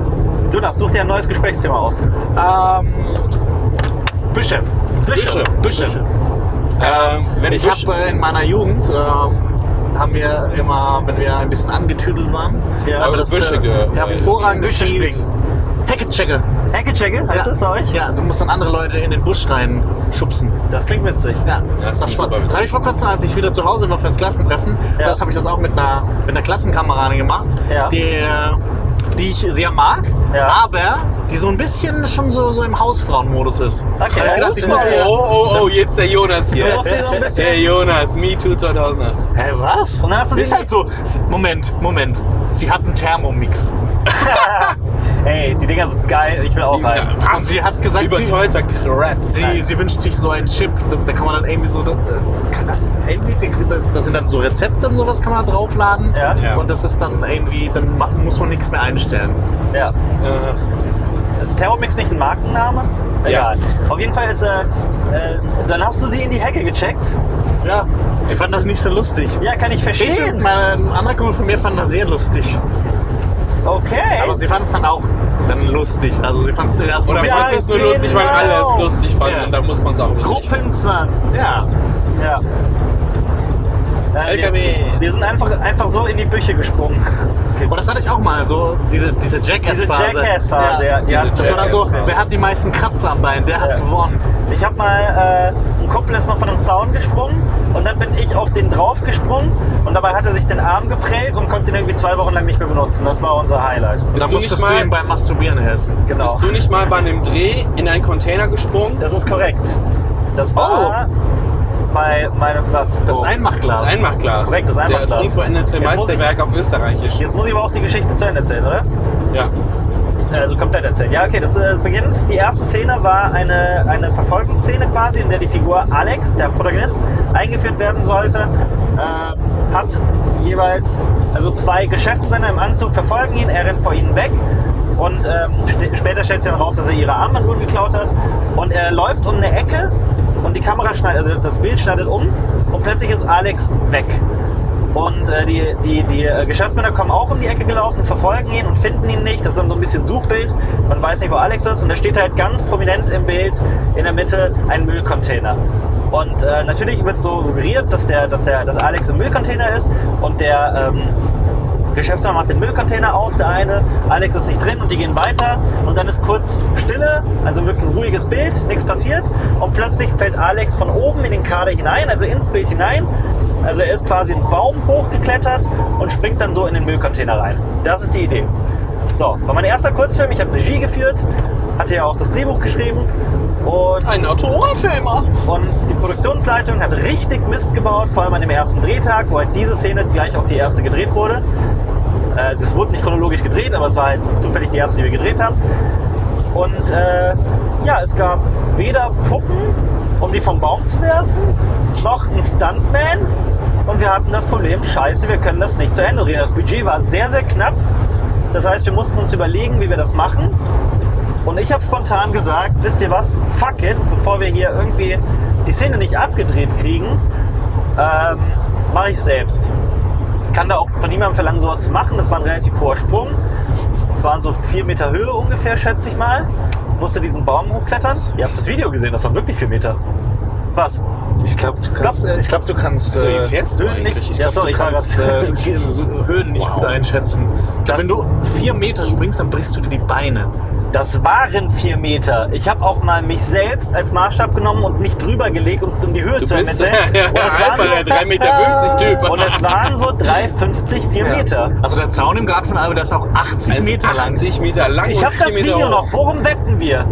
S1: Jonas, such dir ein neues Gesprächsthema aus.
S2: Ähm, Büsche.
S1: Büsche.
S3: Büsche. Ähm, wenn
S2: Ich habe äh, in meiner Jugend, ähm, haben wir immer, wenn wir ein bisschen angetüdelt waren,
S1: Ja.
S2: haben
S1: Eure
S2: wir das äh,
S3: Büsche ge-
S2: hervorragend
S1: Büsche
S2: gespielt. Hecke-Checke.
S1: Hecke-Checke, heißt das bei euch?
S2: Ja, du musst dann andere Leute in den Busch rein schubsen.
S1: Das klingt witzig.
S2: Ja,
S3: das klingt
S2: das, das, war-
S3: super witzig.
S2: das habe ich vor kurzem, als ich wieder zu Hause war fürs Klassentreffen,
S1: Ja.
S2: das habe ich das auch mit einer, mit einer Klassenkameradin gemacht,
S1: Ja.
S2: die, äh, die ich sehr mag,
S1: Ja.
S2: aber die so ein bisschen schon so, so im Hausfrauenmodus ist. Da hab ich gedacht, ich muss
S3: Oh,
S1: Ja.
S3: oh, oh, jetzt der Jonas hier.
S1: Du musst hier so ein bisschen-
S3: Der Jonas, Me Too 2008.
S2: Hä, was?
S1: Und dann hast du
S2: ist
S1: sie-
S2: halt so. s- Moment, Moment. Sie hat einen Thermomix.
S1: Ey, die Dinger sind geil, ich will auch rein.
S3: Na,
S2: Und sie hat gesagt, sie,
S3: Überteuerter Crap. Äh,
S2: sie,
S1: Nein.
S2: sie wünscht sich so einen Chip. Da, da kann man dann irgendwie so. Da, äh, kann man irgendwie, den- da- da sind dann so Rezepte und sowas, kann man da draufladen.
S1: Ja.
S3: Ja.
S2: Und das ist dann irgendwie, dann ma- muss man nichts mehr einstellen.
S1: Ja.
S3: Äh,
S1: Ist Thermomix nicht ein Markenname?
S3: Ja.
S1: Egal. Auf jeden Fall ist äh, äh, dann hast du sie in die Hecke gecheckt.
S2: Ja. Die fanden das nicht so lustig.
S1: Ja, kann ich
S2: Ich und
S1: verstehen.
S2: mein anderer Kumpel von mir fanden das sehr lustig.
S1: Okay.
S2: Aber sie fanden es dann auch dann lustig. Also sie fanden es erst
S3: oder
S1: Ja,
S3: fand es nur
S1: genau.
S3: lustig, weil alle es lustig fanden
S2: Ja.
S3: und da muss man es auch lustig finden.
S1: Gruppenzwang.
S2: Ja.
S1: Ja. Äh,
S3: LKW.
S1: Wir, wir sind einfach, einfach so in die Büche gesprungen. Das geht.
S2: Und das hatte ich auch mal, so diese, diese Jackass-Phase.
S1: Diese Jackass-Phase, ja.
S3: diese
S2: Das war dann so,
S3: Jackass-Phase.
S2: wer hat die meisten Kratzer am Bein, der hat
S1: Ja.
S2: gewonnen.
S1: Ich habe mal, äh, ein Kumpel ist mal von einem Zaun gesprungen und dann bin ich auf den drauf gesprungen und dabei hat er sich den Arm geprellt und konnte ihn irgendwie zwei Wochen lang nicht mehr benutzen. Das war unser Highlight.
S3: Bist
S2: Da
S3: du nicht
S2: musstest du
S3: mal-
S2: ihm beim Masturbieren helfen.
S1: Genau.
S3: Bist du nicht mal bei einem Dreh in einen Container gesprungen?
S1: Das ist korrekt. Das war bei meinem was?
S2: Das
S1: Oh.
S2: Einmachglas.
S3: Das Einmachglas.
S1: Korrekt, das Einmachglas.
S3: Der das unvollendete
S1: Jetzt muss
S3: Meisterwerk auf Österreichisch.
S1: Jetzt muss ich aber auch die Geschichte zu Ende erzählen, oder?
S3: Ja.
S1: Also komplett erzählen. Ja, okay, das äh, beginnt. Die erste Szene war eine, eine Verfolgungsszene quasi, in der die Figur Alex, der Protagonist, eingeführt werden sollte. Äh, hat jeweils, also zwei Geschäftsmänner im Anzug verfolgen ihn, er rennt vor ihnen weg. Und ähm, st später stellt sich dann raus, dass er ihre Armbanduhr geklaut hat. Und er läuft um eine Ecke und die Kamera schneidet, also das Bild schneidet um und plötzlich ist Alex weg. Und äh, die, die, die äh, Geschäftsmänner kommen auch um die Ecke gelaufen, verfolgen ihn und finden ihn nicht. Das ist dann so ein bisschen Suchbild. Man weiß nicht, wo Alex ist. Und da steht halt ganz prominent im Bild in der Mitte ein Müllcontainer. Und äh, natürlich wird so suggeriert, dass, der, dass, der, dass Alex im Müllcontainer ist und der ähm, Geschäftsmann macht den Müllcontainer auf, der eine, Alex ist nicht drin und die gehen weiter und dann ist kurz Stille, also wirklich ein ruhiges Bild, nichts passiert und plötzlich fällt Alex von oben in den Kader hinein, also ins Bild hinein. Also er ist quasi einen Baum hochgeklettert und springt dann so in den Müllcontainer rein. Das ist die Idee. So, war mein erster Kurzfilm, ich habe Regie geführt, hatte ja auch das Drehbuch geschrieben und
S3: Ein Autorenfilmer.
S1: und die Produktionsleitung hat richtig Mist gebaut, vor allem an dem ersten Drehtag, wo halt diese Szene gleich auch die erste gedreht wurde. Äh, es wurde nicht chronologisch gedreht, aber es war halt zufällig die erste, die wir gedreht haben. Und äh, ja, es gab weder Puppen, um die vom Baum zu werfen, noch einen Stuntman. Und wir hatten das Problem, scheiße, wir können das nicht zu Ende drehen. Das Budget war sehr, sehr knapp. Das heißt, wir mussten uns überlegen, wie wir das machen. Und ich habe spontan gesagt, wisst ihr was, fuck it, bevor wir hier irgendwie die Szene nicht abgedreht kriegen, ähm, mache ich selbst. Kann da auch von niemandem verlangen, sowas zu machen. Das war ein relativ hoher Sprung. Es waren so vier Meter Höhe ungefähr, schätze ich mal. musste diesen Baum hochklettern. Ihr habt das Video gesehen, das waren wirklich vier Meter. Was?
S2: Ich glaube, du kannst,
S1: Glaub-
S2: ich glaub, du kannst
S3: Alter, wie
S2: äh,
S3: fährst du
S1: Höhen
S3: eigentlich?
S1: nicht.
S2: Ich
S1: Ja,
S2: glaube,
S1: sorry,
S2: du
S1: ich war
S2: kannst
S1: grad-
S2: äh, Ge- so- Höhen nicht
S3: Wow.
S2: gut einschätzen. Ich glaub,
S1: Das-
S2: wenn du vier Meter springst, dann brichst du dir die Beine.
S1: Das waren vier Meter. Ich habe auch mal mich selbst als Maßstab genommen und mich drüber gelegt, um es um die Höhe
S3: Du
S1: zu
S3: bist
S1: ermitteln. Und es waren
S3: einfach der 3,50 Meter Typ.
S1: Und es waren so 3,50, 4 Meter.
S2: Also der Zaun im Garten von Albe, der ist auch 80
S3: Er ist
S2: Meter lang.
S3: 80 Meter lang.
S1: Ich
S3: und
S1: habe das
S3: 4 Meter
S1: Video
S3: hoch.
S1: noch. Worum wetten wir?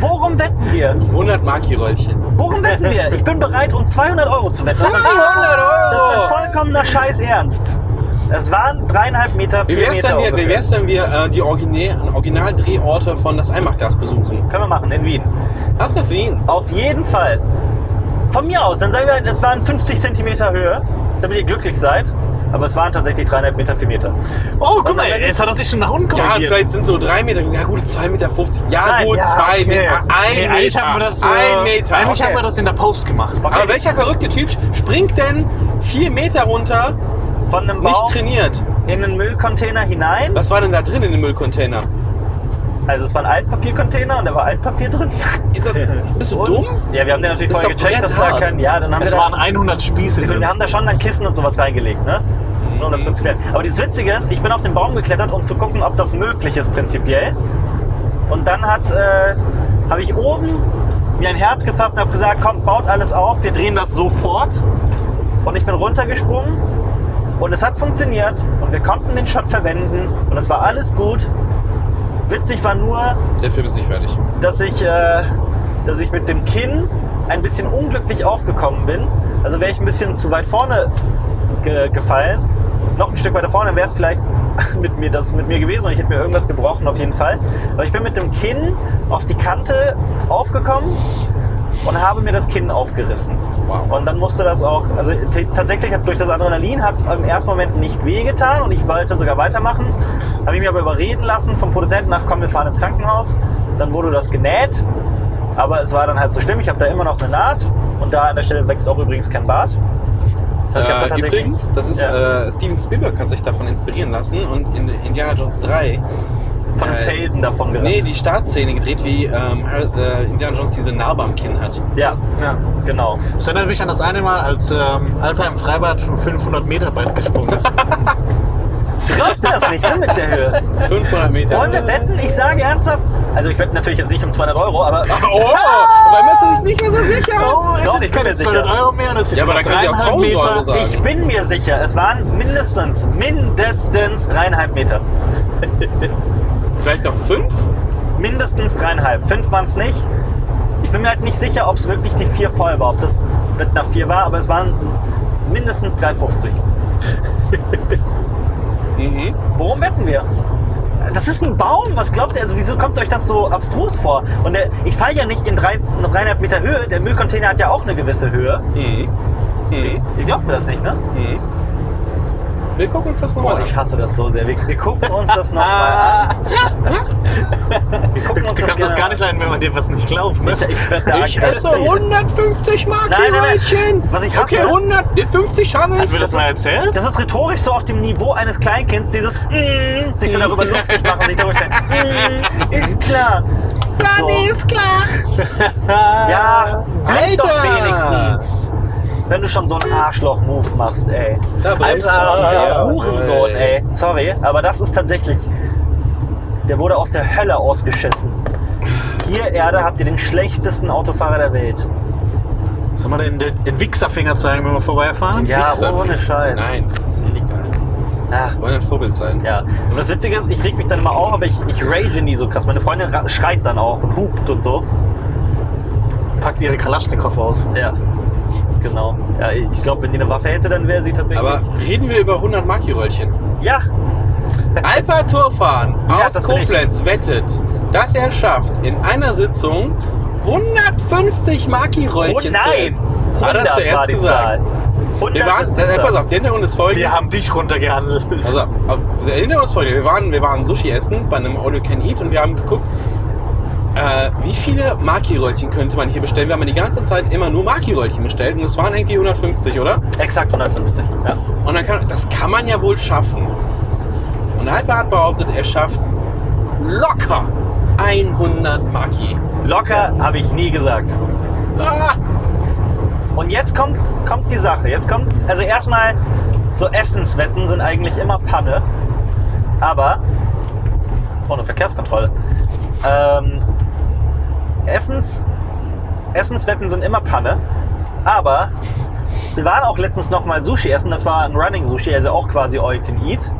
S1: Worum wetten wir?
S3: 100 Marki-Röllchen.
S1: Worum wetten wir? Ich bin bereit, um 200 Euro zu wetten.
S3: 200
S1: Das ist
S3: Euro!
S1: ein vollkommener Scheiß Ernst. Es waren dreieinhalb Meter,
S3: Wie
S1: vier
S3: wär's,
S1: Meter
S3: wenn wir, wie
S1: ungefähr.
S3: wär's, wenn wir äh, die Original- Originaldrehorte von das Einmachglas besuchen?
S1: Können wir machen, in Wien.
S3: Auf nach Wien.
S1: Auf jeden Fall. Von mir aus, dann sagen wir, halt, es waren 50 Zentimeter Höhe, damit ihr glücklich seid. Aber es waren tatsächlich dreieinhalb Meter, vier Meter.
S2: Oh, guck mal, jetzt hat er sich schon nach unten
S3: Ja,
S2: korrigiert.
S3: vielleicht sind so 3 Meter. Ja gut, 2,50 Meter. Ja
S1: Nein,
S3: gut,
S1: ja,
S3: 2
S1: okay.
S3: Meter. 1
S2: Nee, eigentlich
S3: Meter.
S2: haben wir das, äh,
S3: 1 Meter.
S2: Eigentlich
S1: Okay.
S2: haben wir das in der Post gemacht.
S3: Aber welcher verrückte Typ springt denn 4 Meter runter,
S1: Von einem
S3: nicht
S1: Baum
S3: trainiert?
S1: in einen Müllcontainer hinein.
S3: Was war denn da drin in dem Müllcontainer?
S1: Also es war ein Altpapiercontainer und da war Altpapier drin.
S3: Das- Bist du
S1: Und-
S3: dumm?
S1: Ja, wir haben den natürlich
S3: Das ist
S1: vorher
S3: doch
S1: gecheckt, dass da
S3: bretthart.
S1: kein... Ja, dann haben
S2: Es
S1: wir da-
S2: waren 100 Spieße
S1: Wir
S2: drin.
S1: haben da schon dann Kissen und sowas reingelegt, ne? Nur um das kurz zu klären. Aber das Witzige ist, ich bin auf den Baum geklettert, um zu gucken, ob das möglich ist prinzipiell. Und dann hat, äh, habe ich oben mir ein Herz gefasst und habe gesagt, komm, baut alles auf, wir drehen das sofort. Und ich bin runtergesprungen und es hat funktioniert und wir konnten den Shot verwenden und es war alles gut. Witzig war nur,
S3: Der Film ist nicht fertig.
S1: dass ich, äh, dass ich mit dem Kinn ein bisschen unglücklich aufgekommen bin. Also wäre ich ein bisschen zu weit vorne ge gefallen, noch ein Stück weiter vorne, wäre es vielleicht mit mir, das mit mir gewesen und ich hätte mir irgendwas gebrochen auf jeden Fall. Aber ich bin mit dem Kinn auf die Kante aufgekommen und habe mir das Kinn aufgerissen.
S3: Wow.
S1: Und dann musste das auch, also t- tatsächlich hat durch das Adrenalin hat es im ersten Moment nicht wehgetan und ich wollte sogar weitermachen. Habe ich mir aber überreden lassen vom Produzenten nach, komm, wir fahren ins Krankenhaus. Dann wurde das genäht, aber es war dann halt so schlimm. Ich habe da immer noch eine Naht und da an der Stelle wächst auch übrigens kein Bart. Das heißt, ich hab da
S3: Äh,
S1: tatsächlich-
S3: übrigens, das ist äh, Steven Spielberg hat sich davon inspirieren lassen und in Indiana Jones 3
S1: von einem
S3: äh,
S1: Felsen davon gerannt.
S3: Nee, die Startszene gedreht, wie ähm, Har- äh, Indiana Jones diese Narbe am Kinn hat.
S1: Ja,
S2: Ja.
S1: genau.
S2: Das erinnert mich an das eine Mal, als ähm, Alper im Freibad von 500 Meter weit gesprungen ist.
S1: Du glaubst mir das nicht, ne, mit der Höhe.
S3: 500 Meter.
S1: Wollen wir wetten? Ich sage ernsthaft. Also ich wette natürlich jetzt nicht um 200 Euro, aber
S3: Oh, weil mir ist das nicht mehr so sicher.
S2: Oh,
S1: Doch,
S2: ist
S1: ich bin mir
S2: keine
S1: sicher.
S2: 200 Euro mehr. Das sind
S3: Ja, aber
S2: nur
S3: dann kann sie auch
S2: dreieinhalb
S3: 1000 Euro
S2: Meter.
S3: sagen.
S1: ich bin mir sicher, es waren mindestens, mindestens dreieinhalb Meter.
S3: Vielleicht auch fünf?
S1: Mindestens dreieinhalb. Fünf waren es nicht. Ich bin mir halt nicht sicher, ob es wirklich die vier voll war, ob das mit einer vier war, aber es waren mindestens 3,50.
S3: Mhm.
S1: Worum wetten wir? Das ist ein Baum, was glaubt ihr? Also wieso kommt euch das so abstrus vor? Und der, ich falle ja nicht in drei, dreieinhalb Meter Höhe, der Müllcontainer hat ja auch eine gewisse Höhe.
S3: Mhm. Mhm.
S1: Ihr glaubt mir das nicht, ne?
S3: Mhm. Wir gucken uns das
S1: Boah,
S3: nochmal
S1: ich
S3: an.
S1: hasse das so sehr. Wir, wir gucken uns das nochmal an. Wir gucken uns
S2: Du
S1: das,
S2: kannst das
S1: gerne
S2: gar nicht leiden, wenn man dir was nicht glaubt. Ne?
S1: Ich, ich werd da
S3: Ich
S1: aggressiv.
S3: esse 150 Mark
S1: Nein, nein, nein.
S3: Brötchen.
S1: Was ich hasse-
S3: Okay, 100, nee, 50 schaffe
S2: Hat mir
S3: ich.
S2: das, mal
S1: ist-
S2: erzählt?
S1: Das ist rhetorisch so auf dem Niveau eines Kleinkinds, dieses mm, sich so darüber lustig machen, sich darüber stellen. Mm, ist klar. So.
S3: klar.
S1: Ja, blick doch
S3: Alter.
S1: wenigstens. Wenn du schon so einen Arschloch-Move machst, ey.
S3: Da bleibst du.
S1: Dieser
S3: Ja,
S1: Hurensohn,
S3: ey.
S1: ey. Sorry, aber das ist tatsächlich. Der wurde aus der Hölle ausgeschissen. Hier, Erde, habt ihr den schlechtesten Autofahrer der Welt.
S2: Soll man den, den, den Wichserfinger zeigen, wenn wir vorbeifahren?
S1: Ja,
S3: Wichser.
S1: ohne Scheiß.
S3: Nein, das ist illegal.
S1: Ah,
S3: Wir wollen ein Vorbild sein.
S1: Ja, und das Witzige ist, ich reg mich dann immer auf, aber ich, ich rage nie so krass. Meine Freundin ra- schreit dann auch und hupt und so.
S2: Packt ihre Kalaschnikow aus.
S1: Ja, genau. Ja, ich glaube, wenn die eine Waffe hätte, dann wäre sie tatsächlich...
S3: Aber reden wir über 100 Marki-Röllchen.
S1: ja,
S3: Alper Turfan aus
S1: das bin ich.
S3: Koblenz wettet, dass er schafft, in einer Sitzung 150
S1: oh
S3: Marki-Röllchen zu
S1: nein!
S3: essen. Hat er zuerst gesagt. Wir
S1: 100
S3: waren,
S1: ist
S3: äh,
S1: die
S3: pass
S1: Zahl.
S3: auf, der Hintergrund ist folgend.
S2: Wir haben dich runtergehandelt.
S3: Also, auf- der Hintergrund ist folgend. Wir waren, wir waren Sushi essen bei einem All You Can Eat und wir haben geguckt, äh, wie viele Marki-Röllchen könnte man hier bestellen. Wir haben die ganze Zeit immer nur Marki-Röllchen bestellt und es waren irgendwie 150, oder?
S1: Exakt 150, ja.
S3: Und dann kann, das kann man ja wohl schaffen. Und Halper hat behauptet, er schafft locker 100 Maki.
S1: Locker habe ich nie gesagt.
S3: Ah,
S1: Und jetzt kommt, kommt die Sache. Jetzt kommt, also erstmal, so Essenswetten sind eigentlich immer Panne. Aber, ohne Verkehrskontrolle. Ähm, Essens, Essenswetten sind immer Panne. Aber wir waren auch letztens nochmal Sushi essen. Das war ein Running Sushi, also auch quasi All You Can Eat.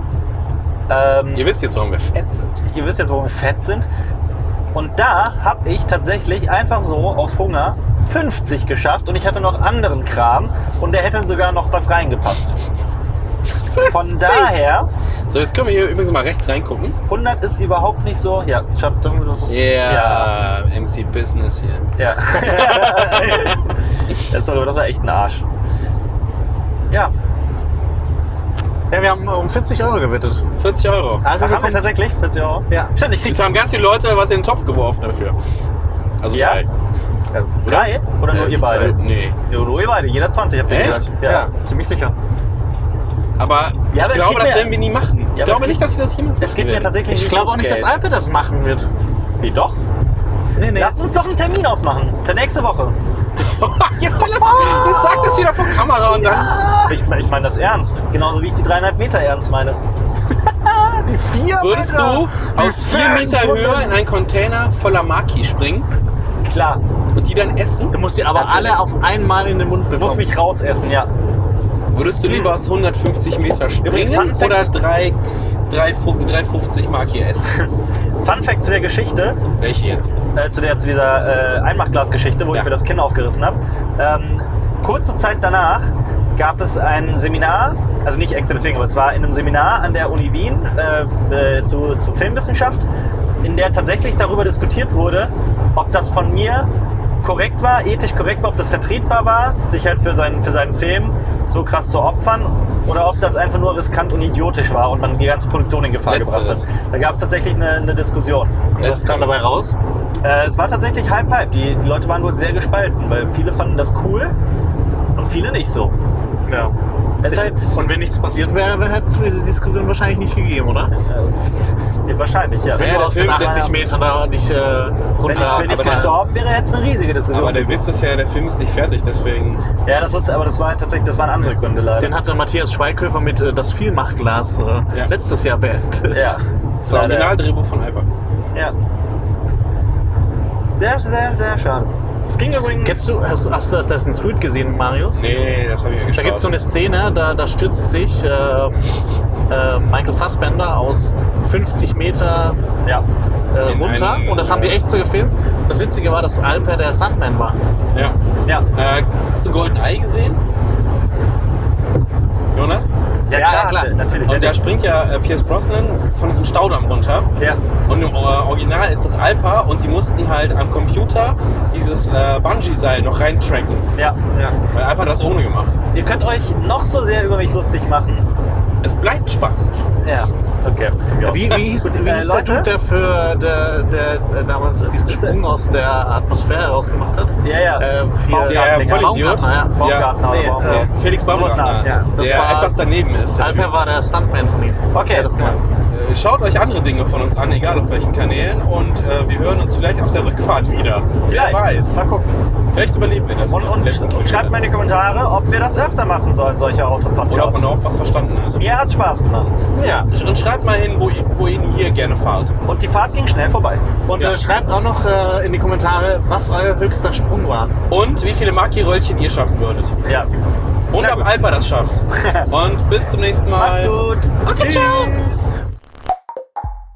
S1: Ähm,
S3: ihr wisst jetzt, warum wir fett sind.
S1: ihr wisst jetzt, warum wir fett sind. Und da habe ich tatsächlich einfach so auf Hunger 50 geschafft und ich hatte noch anderen Kram und der hätte sogar noch was reingepasst. Von daher,
S3: So, jetzt können wir hier übrigens mal rechts reingucken.
S1: 100 ist überhaupt nicht so. Ja, ich hab dumm, das ist.
S3: Yeah, MC Business hier.
S1: Ja. ja. das, war, das war echt ein Arsch. Ja.
S2: Also Ja, wir haben um 40 Euro gewettet.
S3: 40 Euro.
S1: Ach, haben wir tatsächlich? 40 Euro?
S2: Ja.
S1: Stimmt, ich krieg.
S3: Jetzt haben ganz viele Leute was in den Topf geworfen dafür. Also
S1: Ja?
S3: drei.
S1: Also, drei? Oder nur
S3: Äh,
S1: ihr
S3: nicht
S1: beide?
S3: drei, Nee.
S1: Nur, nur ihr beide, jeder 20, habt ihr
S3: Echt?
S1: gesagt.
S2: Ja.
S1: ziemlich sicher.
S3: Aber
S1: Ja, aber es
S3: ich glaube,
S1: gibt
S3: das
S1: mir-
S3: werden wir nie machen. Ich
S1: aber es
S3: glaube
S1: gibt-
S3: nicht, dass wir das jemals
S1: Es gibt mir
S3: werden.
S1: tatsächlich
S2: Äh, Ich glaube auch nicht, dass
S1: Geld.
S2: Alpe das machen wird.
S1: Wie doch?
S2: Nee, nee.
S1: Lass uns doch einen Termin ausmachen für nächste Woche.
S3: jetzt, soll das, jetzt sagt das wieder vor Kamera und dann
S1: Ich, ich meine das ernst. Genauso wie ich die dreieinhalb Meter ernst meine.
S2: die vier
S3: würdest
S2: Meter.
S3: du aus vier Meter Höhe in einen Container voller Maki springen
S1: Klar.
S3: und die dann essen?
S2: Du musst die aber
S1: Natürlich.
S2: alle auf einmal in den Mund
S1: Du musst
S2: bekommen.
S1: mich rausessen, ja.
S3: Würdest du lieber aus 150 Meter
S1: Hm. Übrigens,
S3: springen
S1: Fun Fact-
S3: oder drei- drei Fu- 350 Maki essen?
S1: Fun Fact zu der Geschichte,
S3: Welche jetzt?
S1: äh, zu, der, zu dieser äh, Einmachglas-Geschichte, wo
S3: Ja.
S1: ich mir das Kinn aufgerissen habe. Ähm, kurze Zeit danach gab es ein Seminar, also nicht extra deswegen, aber es war in einem Seminar an der Uni Wien äh, äh, zu, zu Filmwissenschaft, in der tatsächlich darüber diskutiert wurde, ob das von mir korrekt war, ethisch korrekt war, ob das vertretbar war, sich halt für seinen, für seinen Film so krass zu opfern oder ob das einfach nur riskant und idiotisch war und man die ganze Produktion in Gefahr
S3: Letzteres.
S1: gebracht hat. Da gab es tatsächlich eine, eine Diskussion.
S2: Was kam dabei raus?
S1: Äh, es war tatsächlich halb-halb. Die, die Leute waren wohl sehr gespalten, weil viele fanden das cool und viele nicht so.
S2: Ja.
S1: Deshalb,
S2: Und wenn nichts passiert wäre, hätte es diese Diskussion wahrscheinlich nicht gegeben, oder?
S1: äh, wahrscheinlich, ja.
S2: Wenn
S3: Ja,
S2: du
S3: der
S2: aus
S3: Film,
S2: den
S3: der-
S2: 80 Metern da dich äh,
S1: Wenn ich,
S2: runter...
S1: wenn ich
S3: aber-
S1: gestorben wäre, hätte es eine riesige Diskussion.
S3: Aber der Witz ist ja, der Film ist nicht fertig, deswegen.
S1: ja, das ist, aber das war tatsächlich, das waren andere Gründe leider.
S2: den hatte Matthias Schweighöfer mit äh, Das Vielmachglas äh,
S3: Ja.
S2: letztes Jahr beendet.
S1: ja.
S3: Das ist
S1: Leider.
S3: ein Originaldrehbuch von Alper.
S1: ja. Sehr, sehr, sehr schade. Es ging übrigens.
S2: Kennst du, hast, hast du Assassin's Creed gesehen, Marius?
S3: Nee, das habe ich nicht
S2: Da gibt es so
S3: gespart.
S2: eine Szene, da, da stützt sich äh, äh, Michael Fassbender aus 50 Meter
S1: Ja.
S2: äh,
S3: In
S2: runter
S3: einen,
S2: und das haben die echt so gefilmt. Das Witzige war, dass Alper der Sandman war.
S3: Ja.
S1: Ja.
S3: Äh, hast du Golden Eye gesehen? Jonas?
S1: Ja,
S2: klar.
S1: Natürlich.
S3: Und da springt ja äh, Pierce Brosnan von diesem Staudamm runter.
S1: ja.
S3: Und im äh, Original ist das Alpa und die mussten halt am Computer dieses äh, Bungee-Seil noch reintracken.
S1: Ja.
S3: Weil Alpa hat das ohne gemacht.
S1: Ihr könnt euch noch so sehr über mich lustig machen.
S3: Es bleibt Spaß.
S1: Ja. Okay. Ja.
S2: Wie, wie hieß,
S1: Gut,
S2: wie
S1: äh,
S2: hieß der
S1: Leute?
S2: Typ, der, für, der, der, äh, damals diesen
S1: ist der-
S2: Sprung aus der Atmosphäre rausgemacht hat?
S1: Ja, ja.
S2: Äh, hier,
S1: Baumgartner,
S3: Der
S1: Digga.
S3: Vollidiot.
S2: Baumgartner, ja.
S1: Baumgartner,
S2: Nee,
S1: aber
S3: Der
S1: Baumgartner.
S2: äh,
S3: Felix Baumgartner,
S1: nach, ja.
S2: Das
S3: der
S2: war-
S3: etwas daneben ist. Der
S2: Alper
S3: typ.
S2: war der Stuntman von ihm.
S1: Okay.
S2: Der das gemacht. hat.
S3: Ja. Äh, Schaut euch andere Dinge von uns an, egal auf welchen Kanälen. Und äh, wir hören uns vielleicht auf der Rückfahrt wieder.
S1: Vielleicht.
S3: Wer weiß.
S1: Mal gucken.
S3: Vielleicht überleben wir das.
S1: Und,
S3: als letzten
S1: und, und schreibt
S3: Folge.
S1: mal in die Kommentare, ob wir das öfter machen sollen, solche
S3: Oder ob man
S1: Autopodcasts.
S3: überhaupt was verstanden hat.
S1: Mir hat's Spaß gemacht.
S2: Ja.
S3: Und schreibt mal hin, wo ihr, wohin ihr gerne fahrt.
S1: Und die Fahrt ging schnell vorbei.
S2: Und
S3: Ja.
S2: äh, schreibt auch noch äh, in die Kommentare, was euer höchster Sprung war.
S3: Und wie viele Maki-Röllchen ihr schaffen würdet.
S1: Ja.
S3: Und ob Alpa das schafft. Und bis zum nächsten Mal.
S1: Macht's gut.
S3: Okay, ciao.
S1: Tschüss.